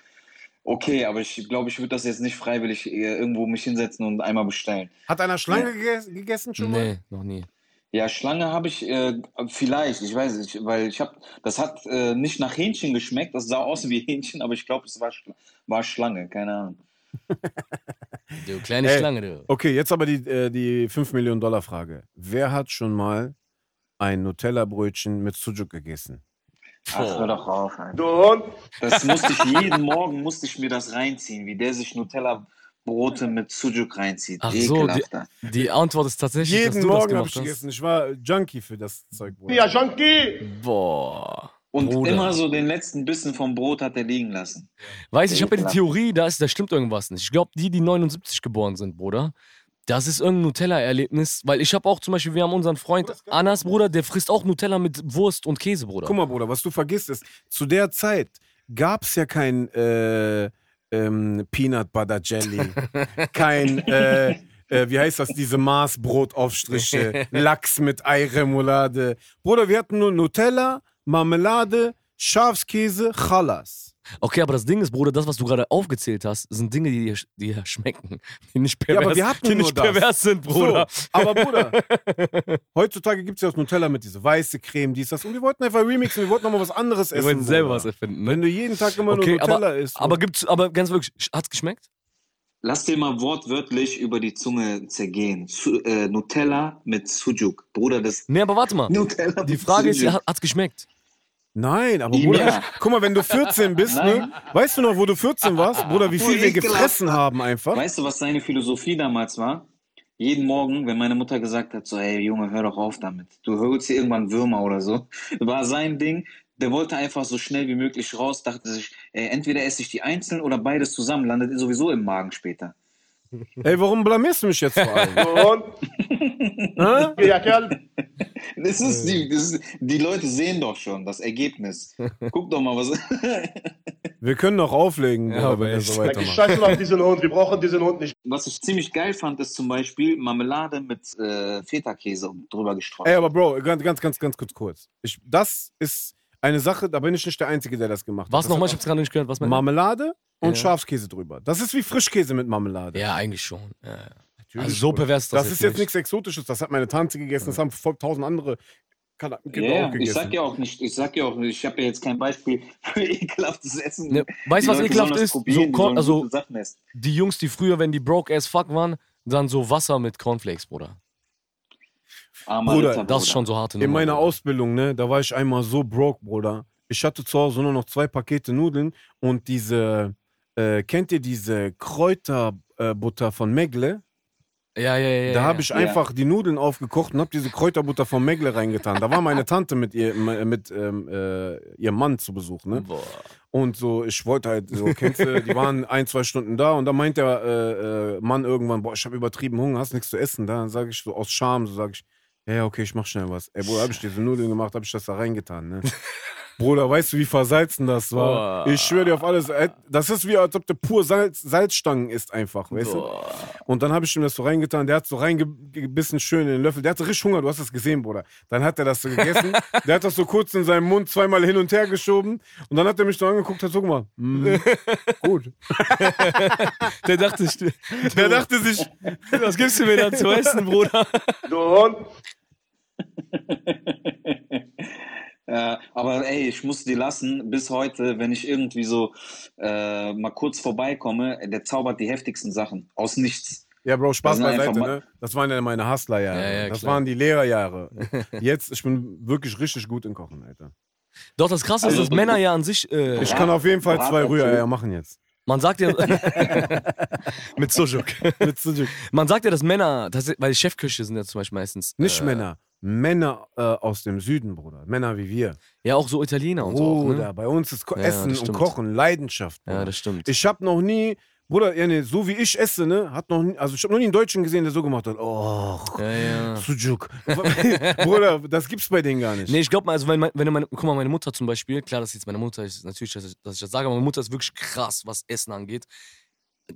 okay, aber ich glaube, ich würde das jetzt nicht freiwillig äh, irgendwo mich hinsetzen und einmal bestellen.
Hat einer Schlange gegessen, gegessen schon mal?
Nee, noch nie.
Ja, Schlange habe ich äh, vielleicht, ich weiß nicht, weil ich habe, das hat äh, nicht nach Hähnchen geschmeckt, das sah aus wie Hähnchen, aber ich glaube, es war, Schla war Schlange, keine Ahnung.
Du kleine
Ey.
Schlange, du.
Okay, jetzt aber die, äh, die 5 Millionen Dollar Frage. Wer hat schon mal ein Nutella-Brötchen mit Sujuk gegessen?
Ach,
Oh.
hör doch auf, Alter.
Du Hund.
Das musste ich jeden Morgen, musste ich mir das reinziehen, wie der sich Nutella-Brote mit Sujuk reinzieht.
Ach so, die-
Ekelhafter.
Die Antwort ist tatsächlich, dass
Jeden
du
Morgen habe
das
ich
gemacht hast.
gegessen. Ich war Junkie für das Zeug. Bruder.
Ja, Junkie.
Boah.
Und
Bruder.
immer so den letzten Bissen vom Brot hat er liegen lassen.
Weißt du, ich habe ja die
Ekelhaft.
Theorie, da, ist, da stimmt irgendwas nicht. Ich glaube, die, die 79 geboren sind, Bruder, das ist irgendein Nutella-Erlebnis. Weil ich habe auch zum Beispiel, wir haben unseren Freund Anas, Bruder, der frisst auch Nutella mit Wurst und Käse, Bruder.
Guck mal, Bruder, was du vergisst ist, zu der Zeit gab es ja kein äh, ähm, Peanut Butter Jelly, kein, äh, äh, wie heißt das, diese Maßbrotaufstriche, Lachs mit Ei-Remoulade. Bruder, wir hatten nur Nutella, Marmelade, Schafskäse, Chalas.
Okay, aber das Ding ist, Bruder, das, was du gerade aufgezählt hast, sind Dinge, die dir, sch- die dir schmecken, die nicht
Ja,
pervers,
aber wir hatten
die
nur
nicht
das.
pervers sind, Bruder.
So, aber Bruder, heutzutage gibt es ja aus Nutella mit diese weiße Creme, dies, das. Und wir wollten einfach remixen, wir wollten nochmal was anderes
wir
essen.
wollen selber
Bruder.
was erfinden,
Wenn
ne?
du jeden Tag immer
Okay,
nur Nutella isst.
Aber, gibt's, aber ganz wirklich, sch- hat's geschmeckt?
Lass dir mal wortwörtlich über die Zunge zergehen. Su äh, Nutella mit Sujuk. Bruder, das
Nee, aber warte mal.
Nutella
Die
mit
Frage ist,
Sujuk.
hat, hat's geschmeckt?
Nein, aber
Nie
Bruder,
mehr.
guck mal, wenn du 14 bist, ne? Weißt du noch, wo du 14 warst? Bruder, wie
Du
viel wir
ekelhaft.
gefressen haben einfach.
Weißt du, was seine Philosophie damals war? Jeden Morgen, wenn meine Mutter gesagt hat, so, ey Junge, hör doch auf damit. Du holst dir irgendwann Würmer oder so. War sein Ding. Der wollte einfach so schnell wie möglich raus, dachte sich, ey, entweder esse ich die einzeln oder beides zusammen, landet sowieso im Magen später.
Ey, warum blamierst du mich jetzt vor allem?
Du Hund.
Hä?
Ja, Kerl.
Das ist die, das ist, die Leute sehen doch schon das Ergebnis. Guck doch mal, was.
wir können noch auflegen, Bruder,
aber
wenn wir
echt.
so
Leck ich
weitermachen.
scheiße auf diesen Hund. Wir brauchen diesen Hund nicht.
Was ich ziemlich geil fand, ist zum Beispiel Marmelade mit äh, Feta-Käse drüber gestreut.
Ey, aber Bro, ganz, ganz, ganz, ganz kurz, kurz. Ich, das ist eine Sache, da bin ich nicht der Einzige, der das gemacht
Was
hat. Das
nochmal? Ich
hat
hab's gerade nicht gehört. Was
auch
meinst du?
Marmelade und
Ja.
Schafskäse drüber. Das ist wie Frischkäse mit Marmelade.
Ja, eigentlich schon. Ja, ja.
Natürlich,
Also so
Bruder.
pervers ist
das,
das,
ist jetzt
nicht.
nichts Exotisches. Das hat meine Tante gegessen. Das haben voll- tausend andere Kana- Kinder
Ja,
auch
ja, ich sag
gegessen.
ja auch nicht, ich sag ja auch nicht, ich habe ja jetzt kein Beispiel für ekelhaftes Essen.
Ne, weißt du, was
Die Leute sollen
ekelhaft
das
ist?
probieren,
So,
die
kon-
sollen
also
gute Sachen essen.
die Jungs, die früher, wenn die broke as fuck waren, Dann so Wasser mit Cornflakes, Bruder.
Armer
Bruder,
Ritter,
Das ist schon so harte
In
Nummer,
meiner
Bruder.
Ausbildung, ne, da war ich einmal so broke, Bruder. Ich hatte zu Hause nur noch zwei Pakete Nudeln und diese, äh, kennt ihr diese Kräuterbutter äh, Butter von Megle?
Ja, ja, ja.
da
ja,
habe
ja.
ich
Ja.
einfach die Nudeln aufgekocht und habe diese Kräuterbutter von Megle reingetan. Da war meine Tante mit, ihr, mit ähm, äh, ihrem Mann zu Besuch, ne?
Boah.
Und so, ich wollte halt, so, kennst du, die waren ein, zwei Stunden da und dann meint der äh, äh, Mann irgendwann, boah, ich habe übertrieben Hunger, hast nichts zu essen. Da Dann sage ich so aus Scham, so sage ich, ja, ja, okay, ich mach schnell was. Ey, Bruder, habe ich diese Nudeln gemacht, habe ich das da reingetan, ne? Bruder, weißt du, wie versalzen das war?
Boah.
Ich schwöre dir auf alles, äh, das ist wie, als ob der pur Salz, Salzstangen ist einfach, weißt du?
Boah.
Und dann habe ich ihm das so reingetan. Der hat so reingebissen, schön in den Löffel. Der hatte richtig Hunger, du hast das gesehen, Bruder. Dann hat er das so gegessen. der hat das so kurz in seinem Mund zweimal hin und her geschoben. Und dann hat er mich so angeguckt, hat so gemacht. "Mm, gut.
Der dachte, ich,
Der dachte sich,
was gibst du mir da zu essen, Bruder?
Du Hund.
Äh, aber ey, ich muss dir lassen, bis heute, wenn ich irgendwie so äh, mal kurz vorbeikomme, der zaubert die heftigsten Sachen. Aus nichts.
ja, Bro, Spaß
Das sind
beiseite,
einfach
ne? Das waren ja meine Hustlerjahre.
Also Ja, ja,
das
klar.
waren die Lehrerjahre. Jetzt, ich bin wirklich richtig gut im Kochen, Alter.
Doch, das Krasse ist,
Also-
dass Männer ja an sich. Äh,
Ich kann auf jeden Fall zwei
Bratapfel.
Rühreier machen jetzt.
man sagt ja. mit Sujuk.
Mit Sujuk.
Man sagt ja, dass Männer, das, weil Chefköche sind ja zum Beispiel meistens.
Nicht
äh,
Männer. Männer äh, aus dem Süden, Bruder. Männer wie wir.
äh, Ja, auch so Italiener und so. Auch,
Bruder,
ne?
bei uns ist Ko
Ja,
Essen
das
und
stimmt.
Kochen Leidenschaft. Bruder.
Ja, das stimmt.
Ich habe noch nie, Bruder, ja, nee, so wie ich esse, ne, hat noch nie, also ich habe noch nie einen Deutschen gesehen, der so gemacht hat. Oh,
ja, ja.
Sujuk. Bruder, das gibt's bei denen gar nicht.
Nee, ich glaube mal, also wenn, mein- wenn meine, guck mal, meine Mutter zum Beispiel, klar, das ist jetzt meine Mutter, ist natürlich, dass ich, dass ich das sage, aber meine Mutter ist wirklich krass, was Essen angeht.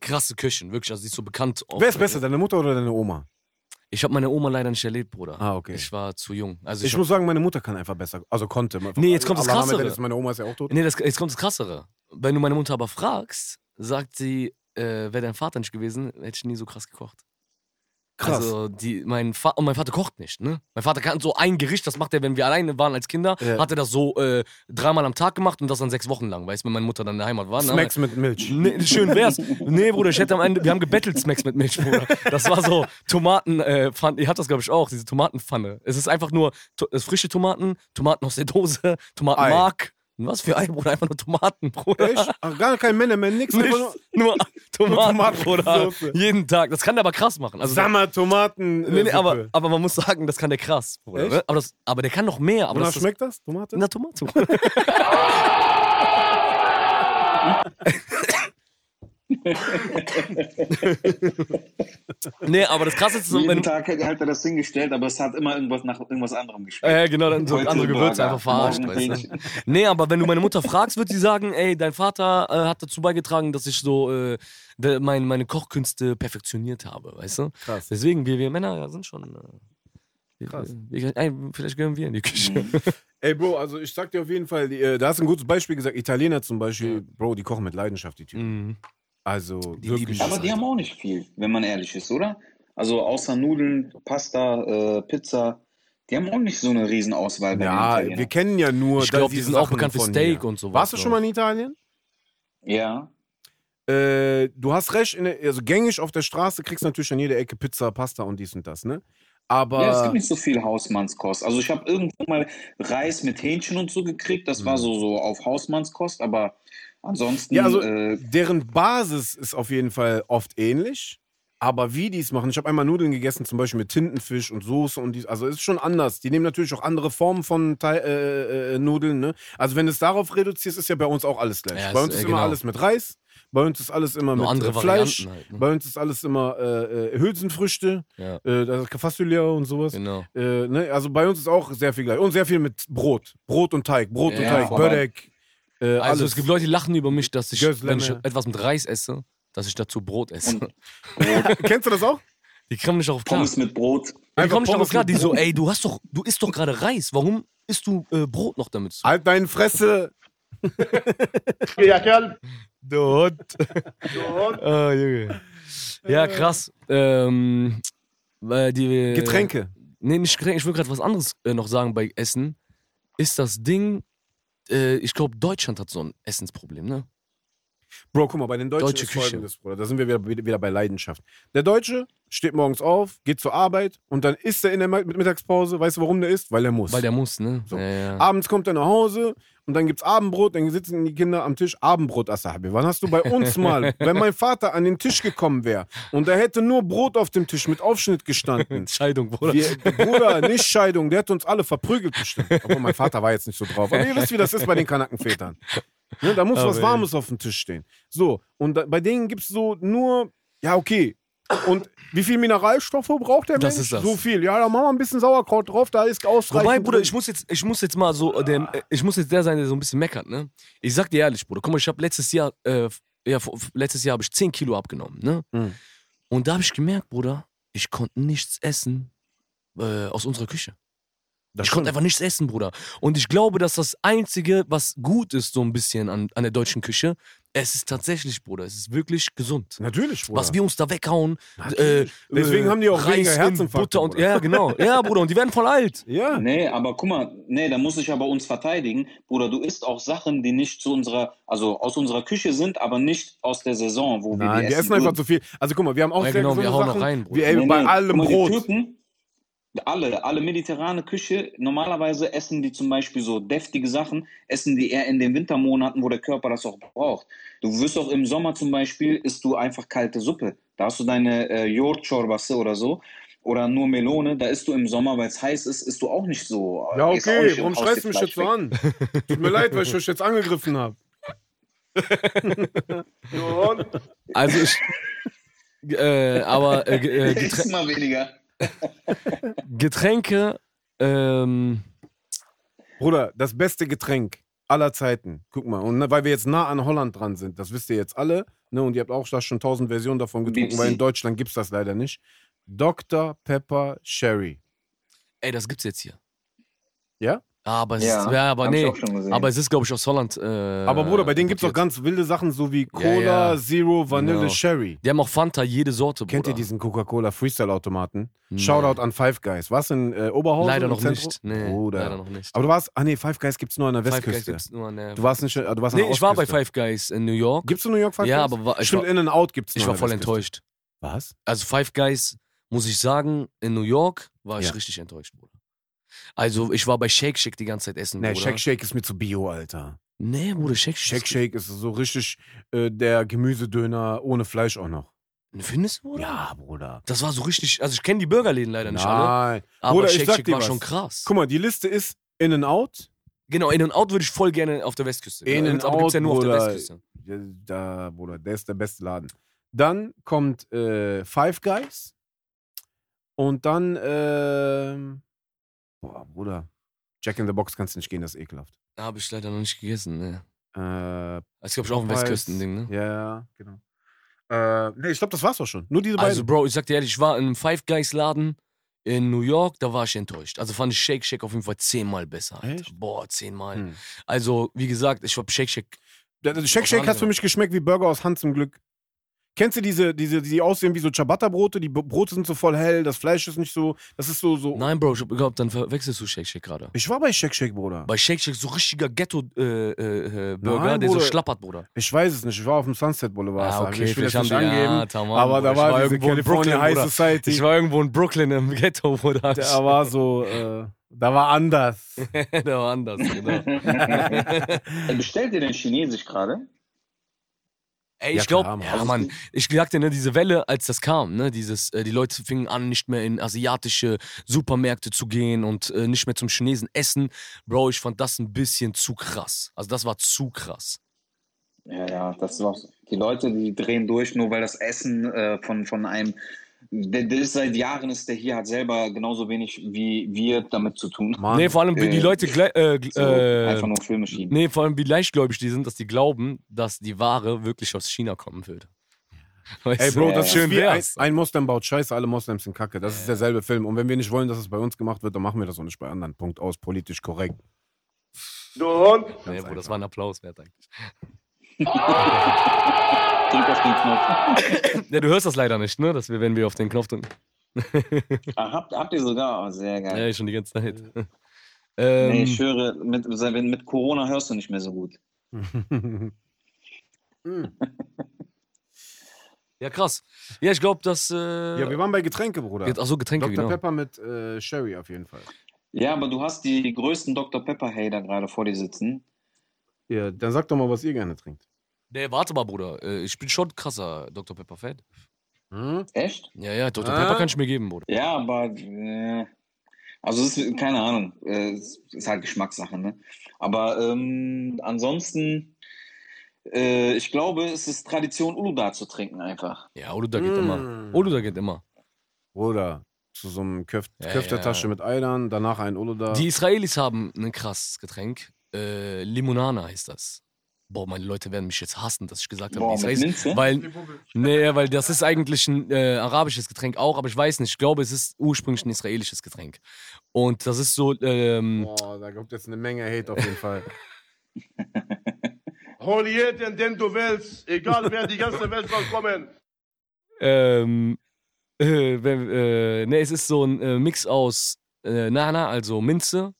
Krasse Köchin, wirklich, also sie ist so bekannt. auf-
Wer ist besser, deine Mutter oder deine Oma?
Ich habe meine Oma leider nicht erlebt, Bruder.
Ah, okay.
Ich war zu jung. Also
Ich,
ich, hab-
muss sagen, meine Mutter kann einfach besser, also konnte.
Nee, jetzt kommt das
Allah
Krassere.
Hamid, jetzt- Meine Oma ist ja auch tot.
Nee, das, jetzt kommt das Krassere. Wenn du meine Mutter aber fragst, sagt sie, äh, wäre dein Vater nicht gewesen, hätte ich nie so krass gekocht.
Krass.
Also, die, mein, Fa und mein Vater kocht nicht, ne? Mein Vater kann so ein Gericht, das macht er, wenn wir alleine waren als Kinder,
Ja.
hat er das so äh, dreimal am Tag gemacht und das dann sechs Wochen lang, weißt du, wenn meine Mutter dann in der Heimat war. ne?
Smacks mit Milch.
Nee, schön wär's. Nee, Bruder, ich hätte am Ende, wir haben gebettelt Smacks mit Milch, Bruder. Das war so Tomaten, äh, Pfanne, ihr habt das glaube ich auch, diese Tomatenpfanne. Es ist einfach nur to äh, frische Tomaten, Tomaten aus der Dose, Tomatenmark. Und Was für Ei, Bruder, einfach nur Tomaten, Bruder.
Echt? Ach, gar kein Männer mehr, nix. einfach nur-
Nichts, nur Tomaten,
Tomaten-
Bruder.
Soße.
Jeden Tag. Das kann der aber krass machen. Also,
Sammer, Tomaten. äh,
nee, nee, aber,
Suppe.
aber man muss sagen, das kann der krass, Bruder.
Echt?
Ne? Aber, das, aber der kann noch mehr. Aber
Wonach
das ist-
schmeckt das? Tomate?
Na, Tomate. nee, aber das krasse ist so, wenn
Jeden
du.
Tag hat hat er das hingestellt, aber es hat immer irgendwas nach irgendwas anderem geschmeckt.
Äh, genau, dann so
Heute
andere Gewürze
Burger,
einfach verarscht,
morgen
weißt du?
Hähnchen.
Nee, aber wenn du meine Mutter fragst, wird sie sagen, ey, dein Vater äh, hat dazu beigetragen, dass ich so äh, de, mein, meine Kochkünste perfektioniert habe, weißt du?
Krass.
Deswegen, wir, wir Männer ja, sind schon. Äh, wir-
Krass.
Wir, ey, vielleicht gehören wir in die Küche.
Ey, Bro, also ich sag dir auf jeden Fall, die, äh, da hast du ein gutes Beispiel gesagt. Italiener zum Beispiel, Bro, die kochen mit Leidenschaft, die Typen.
Mhm.
Also
Die lieben
wirklich.
das
Aber die haben auch nicht viel, wenn man ehrlich ist, oder? Also außer Nudeln, Pasta, äh, Pizza, die haben auch nicht so eine Riesenauswahl bei
Ja,
den
wir
Italienern.
kennen ja nur.
Ich glaube,
diese
die sind auch
Sachen
bekannt für
von
Steak
hier.
und sowas.
Warst du
glaub
schon mal in Italien?
Ja.
Äh, du hast recht, in der, also gängig auf der Straße kriegst du natürlich an jeder Ecke Pizza, Pasta und dies und das, ne? Aber
Ja, es gibt nicht so viel Hausmannskost. Also ich habe irgendwo mal Reis mit Hähnchen und so gekriegt. Das war so, so auf Hausmannskost, aber ansonsten
Hm. Ja, also-
äh,
deren Basis ist auf jeden Fall oft ähnlich. Aber wie die es machen, ich habe einmal Nudeln gegessen, zum Beispiel mit Tintenfisch und Soße und dies, also ist schon anders. Die nehmen natürlich auch andere Formen von Teil, äh, äh, Nudeln, ne? Also wenn du es darauf reduzierst, ist ja bei uns auch alles gleich.
Ja,
bei
ist-
uns ist
äh,
immer
genau.
alles mit Reis, bei uns ist alles immer
Nur
mit
andere
äh, Fleisch,
Varianten halt, ne?
bei uns ist alles immer äh, äh, Hülsenfrüchte,
Ja.
äh, das ist Fasulya und sowas.
Genau.
Äh, ne, also bei uns ist auch sehr viel gleich. Und sehr viel mit Brot. Brot und Teig. Brot und
Ja,
Teig.
voll.
Börek. Äh,
Also
alles.
es gibt Leute, die lachen über mich, dass ich,
Göslämme.
wenn ich etwas mit Reis esse, dass ich dazu Brot esse.
Und-
Kennst du das auch?
Die kommen nicht darauf klar.
Pommes mit Brot.
Die kommen nicht
Pommes
darauf klar.
mit
Die so,
Brot.
ey, du hast doch, du isst doch gerade Reis. Warum isst du äh, Brot noch damit? zu?
Halt deine Fresse.
Geh, ja, Kerl.
Du Hund.
Du Hund.
Ah, Junge. Ja, krass. Ähm, weil die,
Getränke.
Nee, nicht Getränke. Ich will gerade was anderes äh, noch sagen bei Essen. Ist das Ding, äh, ich glaube, Deutschland hat so ein Essensproblem, ne?
Bro, guck mal, bei den Deutschen
Deutsche
ist
Küche.
folgendes, Bruder. Da sind wir wieder, wieder bei Leidenschaft. Der Deutsche steht morgens auf, geht zur Arbeit und dann isst er in der Ma- mit Mittagspause. Weißt du, warum der isst? Weil er muss.
Weil der muss, ne?
So.
Ja, ja.
Abends kommt er nach Hause und dann gibt's Abendbrot, dann sitzen die Kinder am Tisch. Abendbrot, Asahabi. Wann hast du bei uns mal, wenn mein Vater an den Tisch gekommen wäre und da hätte nur Brot auf dem Tisch mit Aufschnitt gestanden?
Entscheidung, Bruder.
Wir, Bruder, nicht Scheidung, der hat uns alle verprügelt bestimmt. Aber mein Vater war jetzt nicht so drauf. Aber ihr wisst, wie das ist bei den Kanackenvätern. Ne, da muss
Aber
was Warmes auf dem Tisch stehen. So, und da, bei denen gibt's so nur, ja, okay. Und wie viel Mineralstoffe braucht der
Das
Mensch?
ist das.
So viel. Ja, da machen wir ein bisschen Sauerkraut drauf, da ist ausreichend.
Wobei, Bruder,
drin.
ich muss jetzt, ich muss jetzt mal so, äh, der, äh, ich muss jetzt der sein, der so ein bisschen meckert, ne? Ich sag dir ehrlich, Bruder, guck mal, ich habe letztes Jahr, äh, f- ja, vor- f- letztes Jahr habe ich 10 Kilo abgenommen, ne?
Mhm.
Und da habe ich gemerkt, Bruder, ich konnte nichts essen äh, aus unserer Küche.
Das
ich konnte
stimmt.
einfach nichts essen, Bruder. Und ich glaube, dass das Einzige, was gut ist, so ein bisschen an, an der deutschen Küche, es ist tatsächlich, Bruder, es ist wirklich gesund.
Natürlich, Bruder.
Was wir uns da weghauen. Äh,
Natürlich. Deswegen
äh,
haben die auch weniger
in
Herzinfarkte,
Butter und,
Bruder.
Ja, genau. Ja, Bruder, und die werden voll alt.
ja.
Nee, aber guck mal, nee, da muss ich aber uns verteidigen. Bruder, du isst auch Sachen, die nicht zu unserer, also aus unserer Küche sind, aber nicht aus der Saison, wo wir
Nein,
die
wir essen einfach
würden.
zu viel. Also guck mal, wir haben auch
Ja,
sehr
genau, wir
gesunde
hauen da
Sachen.
rein, Bruder.
wir, ey,
Nee,
bei
nee,
allem
guck mal, Die
Brot.
Türken, alle, alle mediterrane Küche, normalerweise essen die zum Beispiel so deftige Sachen, essen die eher in den Wintermonaten, wo der Körper das auch braucht. Du wirst auch im Sommer zum Beispiel, isst du einfach kalte Suppe. Da hast du deine äh, Jordschorbasse oder so. Oder nur Melone, da isst du im Sommer, weil es heiß ist, isst du auch nicht so.
Ja,
gehst auch
okay,
nicht
warum
und haust
schreist
dir
du mich
Fleisch
jetzt so
weg.
an? Tut mir leid, weil ich euch jetzt angegriffen habe.
Und
Also ich. äh, aber äh, ge- äh,
Isst
Geträ
mal weniger.
Getränke. Ähm,
Bruder, das beste Getränk aller Zeiten. Guck mal, und ne, weil wir jetzt nah an Holland dran sind, das wisst ihr jetzt alle, ne, und ihr habt auch da schon tausend Versionen davon getrunken,
Bipsi.
weil in Deutschland gibt es das leider nicht. Dr. Pepper Sherry.
ey, das gibt's jetzt hier. Ah,
Ja?
Aber es
Ja,
ist. Ja, aber
hab ich
Oh, nee.
auch schon gesehen.
Aber es ist, glaube ich, aus Holland. Äh,
Aber
aber
Bruder, bei denen gibt es auch ganz wilde Sachen, so wie
Ja,
Cola,
ja.
Zero, Vanille,
Genau.
Sherry.
Die haben auch Fanta, jede Sorte.
Kennt
Bruder.
ihr diesen Coca-Cola Freestyle-Automaten?
Nee.
Shoutout an Five Guys. Warst du in äh, Oberhausen?
Leider
im
noch
Zentrum?
nicht. Nee,
Bruder.
leider noch nicht.
Aber du warst, ah nee, Five Guys gibt's nur an der
Five Guys
Westküste.
gibt's nur an der.
Du warst nicht, äh, du warst an
nee,
der
ich war bei
Ostküste.
Five Guys in New York.
Gibt's in New York Five
ja,
Guys?
aber war, ich,
Stimmt,
war,
In and Out gibt's nur
ich
an
war
der
voll
Westküste.
enttäuscht.
Was?
Also Five Guys, muss ich sagen, in New York war ich
Ja.
richtig enttäuscht, Bruder. Also ich war bei Shake Shake die ganze Zeit essen,
Nee,
Bruder.
Shake Shake ist mir zu bio, Alter.
Nee, Bruder, Shake
Shake
Shake.
Shake ist so richtig äh, der Gemüsedöner ohne Fleisch auch noch.
Findest du, Bruder?
Ja, Bruder.
Das war so richtig. Also ich kenne die Burgerläden leider nicht alle.
Nein.
Aber
Bruder, ich
Shake
sag
Shake
dir
war
was.
schon krass.
Guck mal, die Liste ist In and Out.
Genau, In and Out würde ich voll gerne auf der Westküste.
In and
aber gibt's ja
Out,
nur auf
Bruder.
der Westküste.
Ja, Da, Bruder, der ist der beste Laden. Dann kommt äh, Five Guys. Und dann, ähm, boah, Bruder. Jack in the Box kannst nicht gehen, das ist ekelhaft.
Da habe ich leider noch nicht gegessen, ne.
Äh,
Das glaube ich auch ein
Popeyes.
Westküstending, ne?
Ja, genau. Äh, nee, ich glaube, das war's auch schon. Nur diese beiden.
Also, Bro, ich sag dir ehrlich, ich war in einem Five Guys Laden in New York, da war ich enttäuscht. Also fand ich Shake Shake auf jeden Fall zehnmal besser. Alter.
Echt?
Boah, zehnmal.
Hm.
Also, wie gesagt, ich hab Shake Shake.
Der- der Shake
Aus
Shake
Hand,
hat für
oder?
mich geschmeckt wie Burger aus Hand zum Glück. Kennst du diese, diese, die aussehen wie so Ciabatta-Brote? Die B- Brote sind so voll hell, das Fleisch ist nicht so. Das ist so, so.
Nein, Bro, ich hab geglaubt, dann verwechselst du Shake Shake gerade.
Ich war bei Shake Shake, Bruder.
Bei Shake Shake so richtiger Ghetto-Burger, äh, äh, Burger,
Nein,
der so
Bruder.
schlappert, Bruder.
Ich weiß es nicht, ich war auf dem Sunset Boulevard. sag ich. ich will
vielleicht
das nicht
haben die-
angeben.
Ah, Ja, tamam,
aber
Bruder,
da
ich
war, diese
irgendwo in
California High
Bruder.
Society.
Ich war irgendwo in Brooklyn im Ghetto, Bruder.
da war so, äh, da war anders.
da war anders, genau.
Ey, Bestellt ihr denn Chinesisch gerade?
Ey,
Ja,
ich glaube,
klar, Mann.
ja, Mann, Also, ich sagte, ne, diese Welle, als das kam, ne, dieses, äh, die Leute fingen an, nicht mehr in asiatische Supermärkte zu gehen und äh, nicht mehr zum Chinesen essen. Bro, ich fand das ein bisschen zu krass. Also, das war zu krass.
Ja, ja, das war die Leute, die drehen durch, nur weil das Essen äh, von, von einem, der, der ist seit Jahren ist der hier, hat selber genauso wenig wie wir damit zu tun.
Mann.
Nee, vor allem, wie die
Äh,
Leute, gle- äh, gl-
So,
äh,
einfach nur Filme schieben.
Nee, vor allem wie leichtgläubig die sind, dass die glauben, dass die Ware wirklich aus China kommen würde. Weißt
Ey, Bro, das
Ja, ja.
ist
schön
schön wie ein,
wär's.
ein Moslem baut Scheiße, alle Moslems sind Kacke. Das ist derselbe Film. Und wenn wir nicht wollen, dass es bei uns gemacht wird, dann machen wir das auch nicht bei anderen. Punkt aus, politisch korrekt.
du Hund.
Nee, Bro, das war ein Applaus wert eigentlich.
Drück auf den Knopf.
Ja, du hörst das leider nicht, ne? Dass wir, wenn wir auf den Knopf drücken.
Ah, habt, habt ihr sogar? Oh, sehr geil.
Ja, schon die ganze Zeit.
Nee,
Ähm,
ich höre, mit, mit Corona hörst du nicht mehr so gut.
Mm.
Ja, krass. Ja, ich glaube, dass. Äh,
Ja, wir waren bei Getränke, Bruder.
Achso, Getränke,
Dr.
genau.
Pepper mit äh, Sherry auf jeden Fall.
Ja, aber du hast die, die größten Dr. Pepper-Hater gerade vor dir sitzen.
Ja, dann sag doch mal, was ihr gerne trinkt.
Nee, warte mal, Bruder. Äh, Ich bin schon krasser Dr. Pepper-Fan.
Hm?
Echt?
Ja, ja, Dr.
Ah.
Pepper kann ich mir geben, Bruder.
Ja, aber. Äh, also, es ist, keine Ahnung. Äh, es ist halt Geschmackssache, ne? Aber ähm, ansonsten. Äh, ich glaube, es ist Tradition, Uludar zu trinken einfach.
Ja, Oluda geht immer.
Mm.
Oluda geht immer.
Oder zu so einem Köf
Ja,
Köftertasche
ja.
mit Eiern, danach ein Oloda.
Die Israelis haben ein krasses Getränk. Äh, Limonana heißt das. Boah, meine Leute werden mich jetzt hassen, dass ich gesagt habe,
Boah,
die
mit
Israelis.
Minze?
Weil, nee, weil das ist eigentlich ein äh, arabisches Getränk auch, aber ich weiß nicht. Ich glaube, es ist ursprünglich ein israelisches Getränk. Und das ist so, ähm,
Boah, da kommt jetzt eine Menge Hate auf jeden Fall.
Hol jeden, den du willst. Egal wer, die ganze Welt soll kommen.
ähm, äh, wenn- äh, nee, es ist so ein äh, Mix aus äh, Nana, also Minze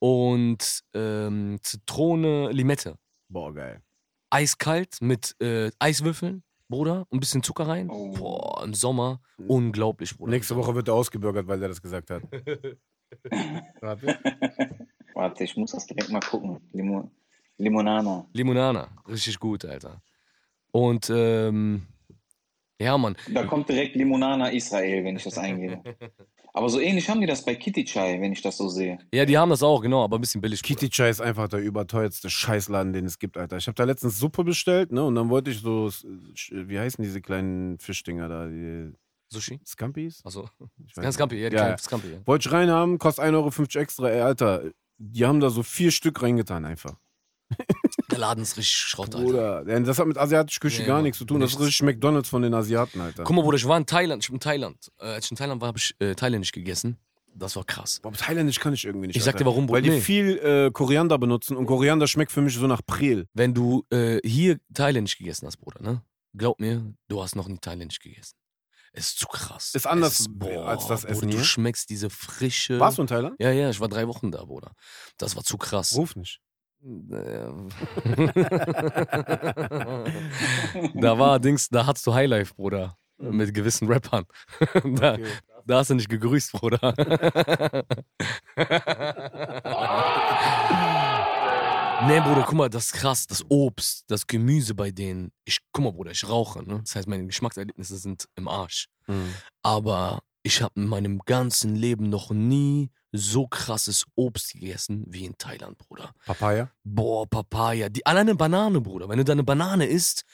und ähm, Zitrone, Limette.
Boah, geil.
Eiskalt mit äh, Eiswürfeln, Bruder, ein bisschen Zucker rein.
Oh.
Boah, im Sommer unglaublich, Bruder.
Nächste Woche wird er ausgebürgert, weil der das gesagt hat. Warte.
Warte, ich muss das direkt mal gucken. Limo Limonana.
Limonana, richtig gut, Alter. Und ähm, ja, Mann.
Da kommt direkt Limonana Israel, wenn ich das eingebe. Aber so ähnlich haben die das bei Kitty Chai, wenn ich das so sehe.
Ja, die haben das auch, genau, aber ein bisschen billig. Bruder.
Kitty Chai ist einfach der überteuerste Scheißladen, den es gibt, Alter. Ich habe da letztens Suppe bestellt, ne? Und dann wollte ich so, s- sch- wie heißen diese kleinen Fischdinger da? Die
Sushi?
Scampis?
Achso.
Ich weiß
Ganz Scampi, ja, die
Ja,
kleinen
ja.
Scampi. Ja.
Wollte ich reinhaben, kostet 1,50 Euro extra. Ey, Alter, die haben da so vier Stück reingetan einfach.
Der Laden ist richtig Schrott, Alter.
Bruder, denn das hat mit asiatischer Küche
Nee,
gar
Mann,
nichts zu tun. Das ist
nichts.
richtig McDonalds von den Asiaten, Alter.
Guck mal, Bruder, ich war in Thailand. Ich bin in Thailand. Äh, als ich in Thailand war, habe ich äh, thailändisch gegessen. Das war krass.
Boah, Thailändisch kann ich irgendwie nicht.
Ich sag
Alter.
dir, warum,
Weil die
nee.
viel äh, Koriander benutzen und Koriander schmeckt für mich so nach Prel.
Wenn du äh, hier thailändisch gegessen hast, Bruder, ne? Glaub mir, du hast noch nie thailändisch gegessen. Es ist zu krass.
Ist anders
Es
als das Essen
Bruder, Du
hier?
schmeckst diese frische.
Warst du in Thailand?
Ja, ja, ich war drei Wochen da, Bruder. Das war zu krass.
Ruf nicht.
Ähm. da war Dings, da hattest du Highlife, Bruder. Mit gewissen Rappern. da, da hast du nicht gegrüßt, Bruder. nee, Bruder, guck mal, das ist krass. Das Obst, das Gemüse bei denen. Ich, guck mal, Bruder, ich rauche. Ne? Das heißt, meine Geschmackserlebnisse sind im Arsch.
Mhm.
Aber ich habe in meinem ganzen Leben noch nie so krasses Obst gegessen wie in Thailand, Bruder.
Papaya?
Boah, Papaya. Die, alleine Banane, Bruder. Wenn du deine Banane isst,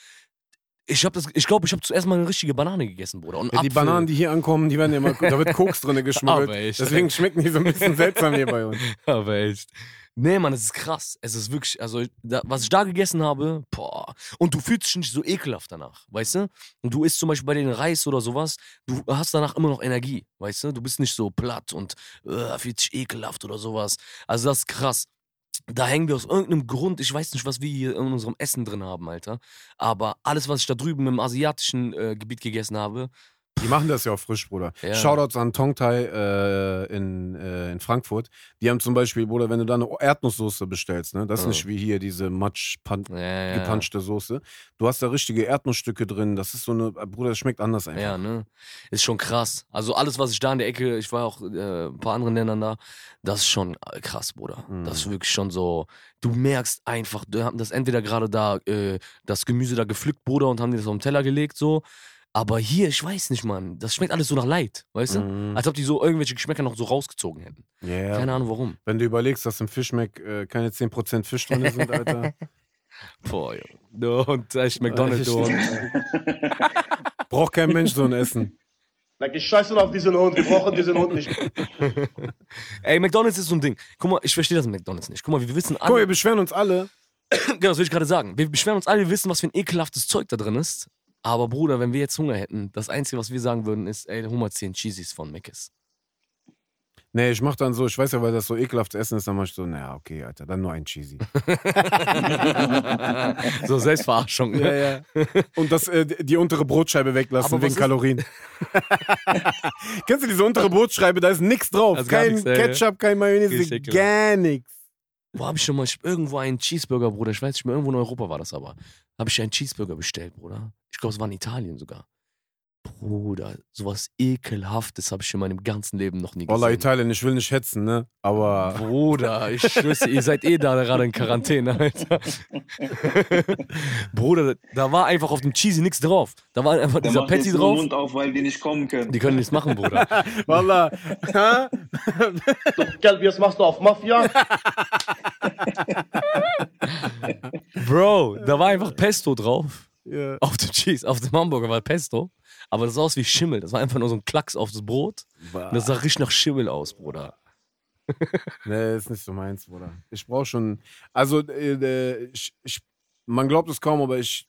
ich habe das, ich glaube, ich habe zuerst mal eine richtige Banane gegessen, Bruder. Und
Ja, die
Apfel.
Bananen, die hier ankommen, die werden ja immer, da wird Koks drin
Aber
geschmuggelt.
echt.
Deswegen schmecken die so ein bisschen seltsam hier bei uns.
Aber echt. Nee, Mann, es ist krass. Es ist wirklich, also, da, was ich da gegessen habe, boah. Und du fühlst dich nicht so ekelhaft danach, weißt du? Und du isst zum Beispiel bei den Reis oder sowas, du hast danach immer noch Energie, weißt du? Du bist nicht so platt und äh, fühlt sich ekelhaft oder sowas. Also, das ist krass. Da hängen wir aus irgendeinem Grund, ich weiß nicht, was wir hier in unserem Essen drin haben, Alter. Aber alles, was ich da drüben im asiatischen äh, Gebiet gegessen habe,
Die machen das ja auch frisch, Bruder.
Ja.
Shoutouts an Tongtai äh, in, äh, in Frankfurt. Die haben zum Beispiel, Bruder, wenn du da eine Erdnusssoße bestellst, ne, das ist
Ja.
nicht wie hier diese Matsch pan
äh,
gepanschte Soße. Du hast da richtige Erdnussstücke drin. Das ist so eine, Bruder, das schmeckt anders einfach.
Ja, ne? Ist schon krass. Also alles, was ich da in der Ecke, ich war auch äh, ein paar anderen Ländern da, das ist schon äh, krass, Bruder.
Mhm.
Das ist wirklich schon so, du merkst einfach, die haben das entweder gerade da, äh, das Gemüse da gepflückt, Bruder, und haben dir das auf den Teller gelegt, so. Aber hier, ich weiß nicht, Mann, das schmeckt alles so nach Leid, weißt du?
Mhm.
Als ob die so irgendwelche Geschmäcker noch so rausgezogen hätten.
Ja.
Keine Ahnung warum.
Wenn du überlegst, dass im Fischmeck äh, keine 10% Fisch drin sind, Alter.
Boah, ja. Du Und
äh,
echt McDonald's. du Und,
Braucht kein Mensch so ein Essen.
Like ich scheiße auf diesen Hund. Wir brauchen diesen Hund nicht.
ey, McDonald's ist so ein Ding. Guck mal, ich verstehe das mit McDonald's nicht. Guck mal, wir wissen alle.
Guck, wir beschweren uns alle.
Genau, das will ich gerade sagen. Wir beschweren uns alle, wir wissen, was für ein ekelhaftes Zeug da drin ist. Aber Bruder, wenn wir jetzt Hunger hätten, das Einzige, was wir sagen würden, ist, ey, hol mal 10 Cheesies von Mc's.
Nee, ich mach dann so, ich weiß ja, weil das so ekelhaft zu essen ist, dann mach ich so, naja, okay, Alter, dann nur ein Cheesy.
so Selbstverarschung. Ne?
ja. Und das, äh, die untere Brotscheibe weglassen
Aber was
wegen
ist-
Kalorien. Kennst du diese untere Brotscheibe? Da ist nichts drauf.
Da ist gar
kein
nichts, ja, ja.
Ketchup, kein Mayonnaise,
Richtig,
gar nichts.
Wo habe ich schon mal, ich hab irgendwo einen Cheeseburger, Bruder, ich weiß nicht mehr, irgendwo in Europa war das aber. Habe ich einen Cheeseburger bestellt, Bruder. Ich glaube, es war in Italien sogar. Bruder, sowas ekelhaftes habe ich in meinem ganzen Leben noch nie
Wallah,
gesehen.
Italien, ich will nicht hetzen, ne? Aber
Bruder, ich schwöre, ihr seid eh da gerade in Quarantäne, Alter. Bruder, da war einfach auf dem Cheesy nichts drauf. Da war einfach
Der
dieser
macht
Patty
jetzt nur den
drauf.
Mund auf, weil die nicht kommen können.
Die können nichts machen, Bruder.
Wallah. ha?
Du Geld, jetzt machst du auf Mafia.
Bro, da war einfach Pesto drauf.
ja.
Auf dem Cheese, auf dem Hamburger war Pesto. Aber das sah aus wie Schimmel. Das war einfach nur so ein Klacks aufs Brot. Und
Ah.
das sah richtig nach Schimmel aus, Bruder.
Nee, Ne, ist nicht so meins, Bruder. Ich brauche schon. Also, äh, ich, ich, man glaubt es kaum, aber ich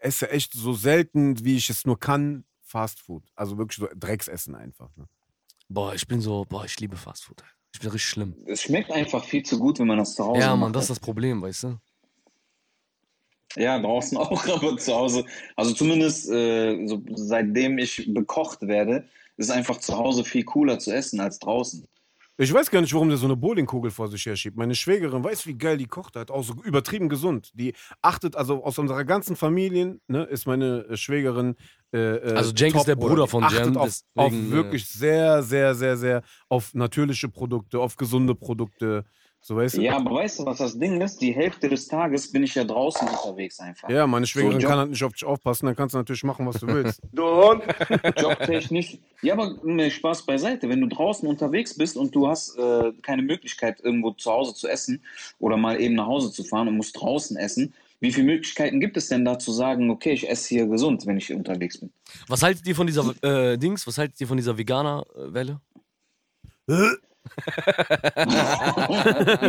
esse echt so selten, wie ich es nur kann, Fast Food. Also wirklich so Drecksessen einfach. Ne?
Boah, ich bin so, boah, ich liebe Fastfood. Ich bin richtig schlimm.
Es schmeckt einfach viel zu gut, wenn man das zu Hause
Ja,
macht.
Mann, das ist das Problem, weißt du?
Ja, draußen auch, aber zu Hause. Also zumindest äh, so, seitdem ich bekocht werde, ist einfach zu Hause viel cooler zu essen als draußen.
Ich weiß gar nicht, warum der so eine Bowlingkugel vor sich her schiebt. Meine Schwägerin weiß, wie geil die kocht hat. Auch so übertrieben gesund. Die achtet, also aus unserer ganzen Familie ne, ist meine äh, Schwägerin. Äh, äh,
Also Cenk ist
top,
der
Bruder.
Bruder von
Die achtet
Jen,
auf, auf
deswegen, äh,
wirklich sehr, sehr, sehr, sehr auf natürliche Produkte, auf gesunde Produkte. So weißt du?
Ja, aber weißt du, was das Ding ist? Die Hälfte des Tages bin ich ja draußen unterwegs einfach.
Ja, meine Schwägerin
Job-
kann halt nicht auf dich aufpassen, dann kannst du natürlich machen, was du willst.
Du Hund.
Jobtechnisch. Ja, aber ne, Spaß beiseite. Wenn du draußen unterwegs bist und du hast äh, keine Möglichkeit, irgendwo zu Hause zu essen oder mal eben nach Hause zu fahren und musst draußen essen, wie viele Möglichkeiten gibt es denn da zu sagen, okay, ich esse hier gesund, wenn ich unterwegs bin?
Was haltet ihr von dieser äh, Dings? Was haltet ihr von dieser Veganer-Welle?
Mit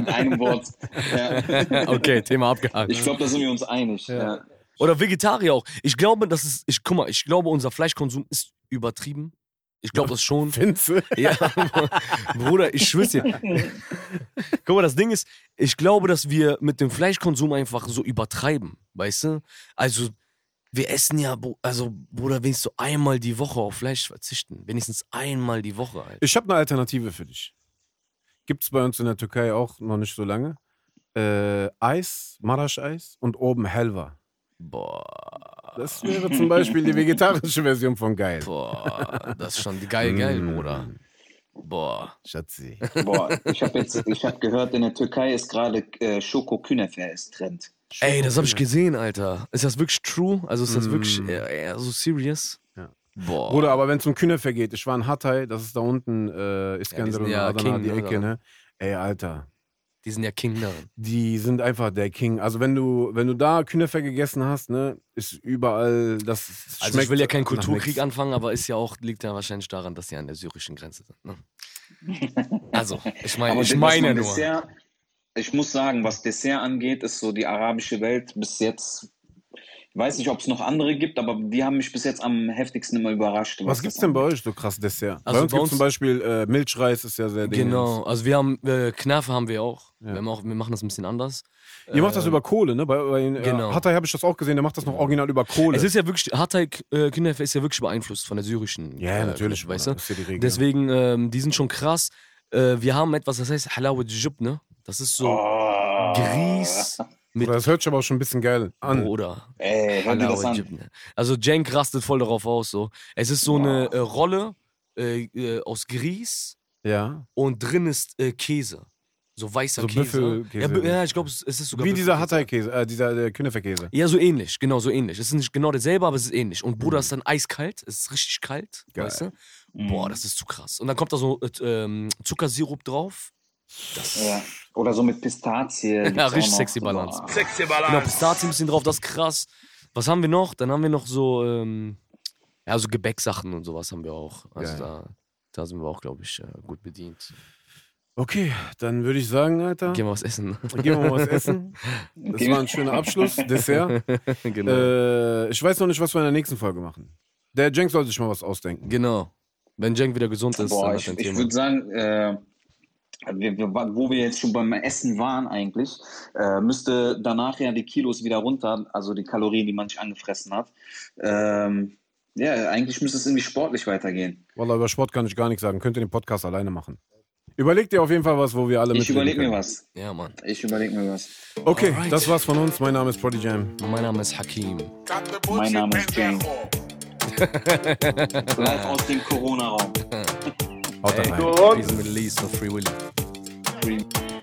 einem Wort. Ja.
okay, Thema abgehakt.
Ich glaube, da sind wir uns einig. Ja.
Oder Vegetarier auch. Ich glaube, das ist, ich guck mal, ich glaube, unser Fleischkonsum ist übertrieben. Ich glaube das schon.
Finze.
Ja, Bruder, ich schwör's dir. Guck mal, das Ding ist, ich glaube, dass wir mit dem Fleischkonsum einfach so übertreiben, weißt du? Also, wir essen ja, Bru- also, Bruder, wenigstens so einmal die Woche auf Fleisch verzichten. Wenigstens einmal die Woche, Alter.
Ich habe eine Alternative für dich. Gibt es bei uns in der Türkei auch noch nicht so lange. Äh, Eis, Marasch-Eis und oben Helva.
Boah,
Das wäre zum Beispiel die vegetarische Version von geil.
boah, das ist schon geil, geil,
Mm.
Bruder. Boah.
Schatzi.
Boah, ich habe jetzt, ich habe gehört, in der Türkei ist gerade äh, Schoko Künefer ist Trend.
Ey, das habe ich gesehen, Alter. Ist das wirklich true? Also ist das wirklich
Mm.
eher, eher so serious?
Ja.
Boah.
Bruder, aber wenn es um Künefer geht, ich war in Hatay, das ist da unten, äh, Iskenderun,
ja
Adana,
King,
die
ne,
Ecke,
da.
ne? Ey, Alter,
Die sind ja King Also darin.
die sind einfach der King. Also wenn du, wenn du da Künefer gegessen hast, ne, ist überall, das
Also
schmeckt
ich will ja keinen
nach nix.
Kulturkrieg anfangen, aber ist ja auch, liegt ja wahrscheinlich daran, dass sie an der syrischen Grenze sind. Ne? Also, ich meine, ich
was
meine
man
nur.
Dessert, ich muss sagen, was Dessert angeht, ist so die arabische Welt bis jetzt. Ich weiß nicht, ob es noch andere gibt, aber die haben mich bis jetzt am heftigsten immer überrascht.
Was gibt's denn bei euch so krass Dessert? bei
Also
uns
bei
gibt's
uns-
zum Beispiel äh, Milchreis, ist ja sehr dingens.
Genau, also wir haben, äh, Knafe haben wir auch.
Ja.
Wir, haben auch. wir machen das ein bisschen anders.
Ihr macht das über Kohle, ne? Bei, bei äh,
genau.
Hatay habe ich das auch gesehen, der macht das noch original über Kohle.
Es ist ja wirklich, Hatay äh, Kinderfe ist ja wirklich beeinflusst von der syrischen.
ja,
äh,
natürlich,
weißt
Bruder,
du?
das ist ja die Regel.
Deswegen, ähm, die sind schon krass. Äh, wir haben etwas, das heißt Halawat Jub, ne? Das ist so
Oh,
Grieß mit
Bruder, das hört sich aber auch schon ein bisschen geil an.
Bruder.
Ey, hör dir das
Halal
an.
Jib, ne? Also Jenk rastet voll darauf aus. So. Es ist so eine äh, Rolle äh, äh, aus Grieß
Ja.
und drin ist äh, Käse. So weißer
So
Käse.
Büffelkäse.
Ja, b- ja, ich glaube, es es ist sogar
Wie dieser
Büffelkäse.
Hatay-Käse, äh, dieser äh, Küneferkäse.
Ja, so ähnlich, genau, so ähnlich. Es ist nicht genau derselbe, aber es ist ähnlich. Und Bruder ist dann eiskalt, es ist richtig kalt,
Geil.
weißt du? Boah, das ist zu krass. Und dann kommt da so äh, ähm, Zuckersirup drauf.
Ja. Oder so mit Pistazie. gibt's auch
richtig
noch.
sexy Balance.
Boah.
Sexy
Genau, Pistazien ein bisschen drauf, das ist krass. Was haben wir noch? Dann haben wir noch so, ähm, ja, so Gebäcksachen und sowas haben wir auch. Also
Geil.
da, da sind wir auch, glaube ich, äh, gut bedient.
Okay, dann würde ich sagen, Alter,
Gehen wir was essen.
gehen wir mal was essen. Das war ein schöner Abschluss, Dessert.
genau.
Äh, ich weiß noch nicht, was wir in der nächsten Folge machen. Der Jenk soll sich mal was ausdenken.
genau. Wenn Jenk wieder gesund ist,
Boah,
dann
ich,
hat er ein
ich
Thema.
würde sagen, äh, wir, wir, wo wir jetzt schon beim Essen waren eigentlich, äh, müsste danach ja die Kilos wieder runter, also die Kalorien, die man sich angefressen hat. Ähm, ja, eigentlich müsste es irgendwie sportlich weitergehen.
Wallah, über Sport kann ich gar nichts sagen. Könnt ihr den Podcast alleine machen. Überleg dir auf jeden Fall was, wo wir alle
Ich
mitreden
überlege mir
können.
was.
Ja, Mann.
Ich überlege mir was.
Okay,
Alright.
das war's von uns. Mein Name ist Prodigy Jam.
Mein Name ist Hakim.
Mein Name ist Jane. Live aus dem Corona-Raum.
Haut rein.
Corona.
Release of Free Willy.
Free.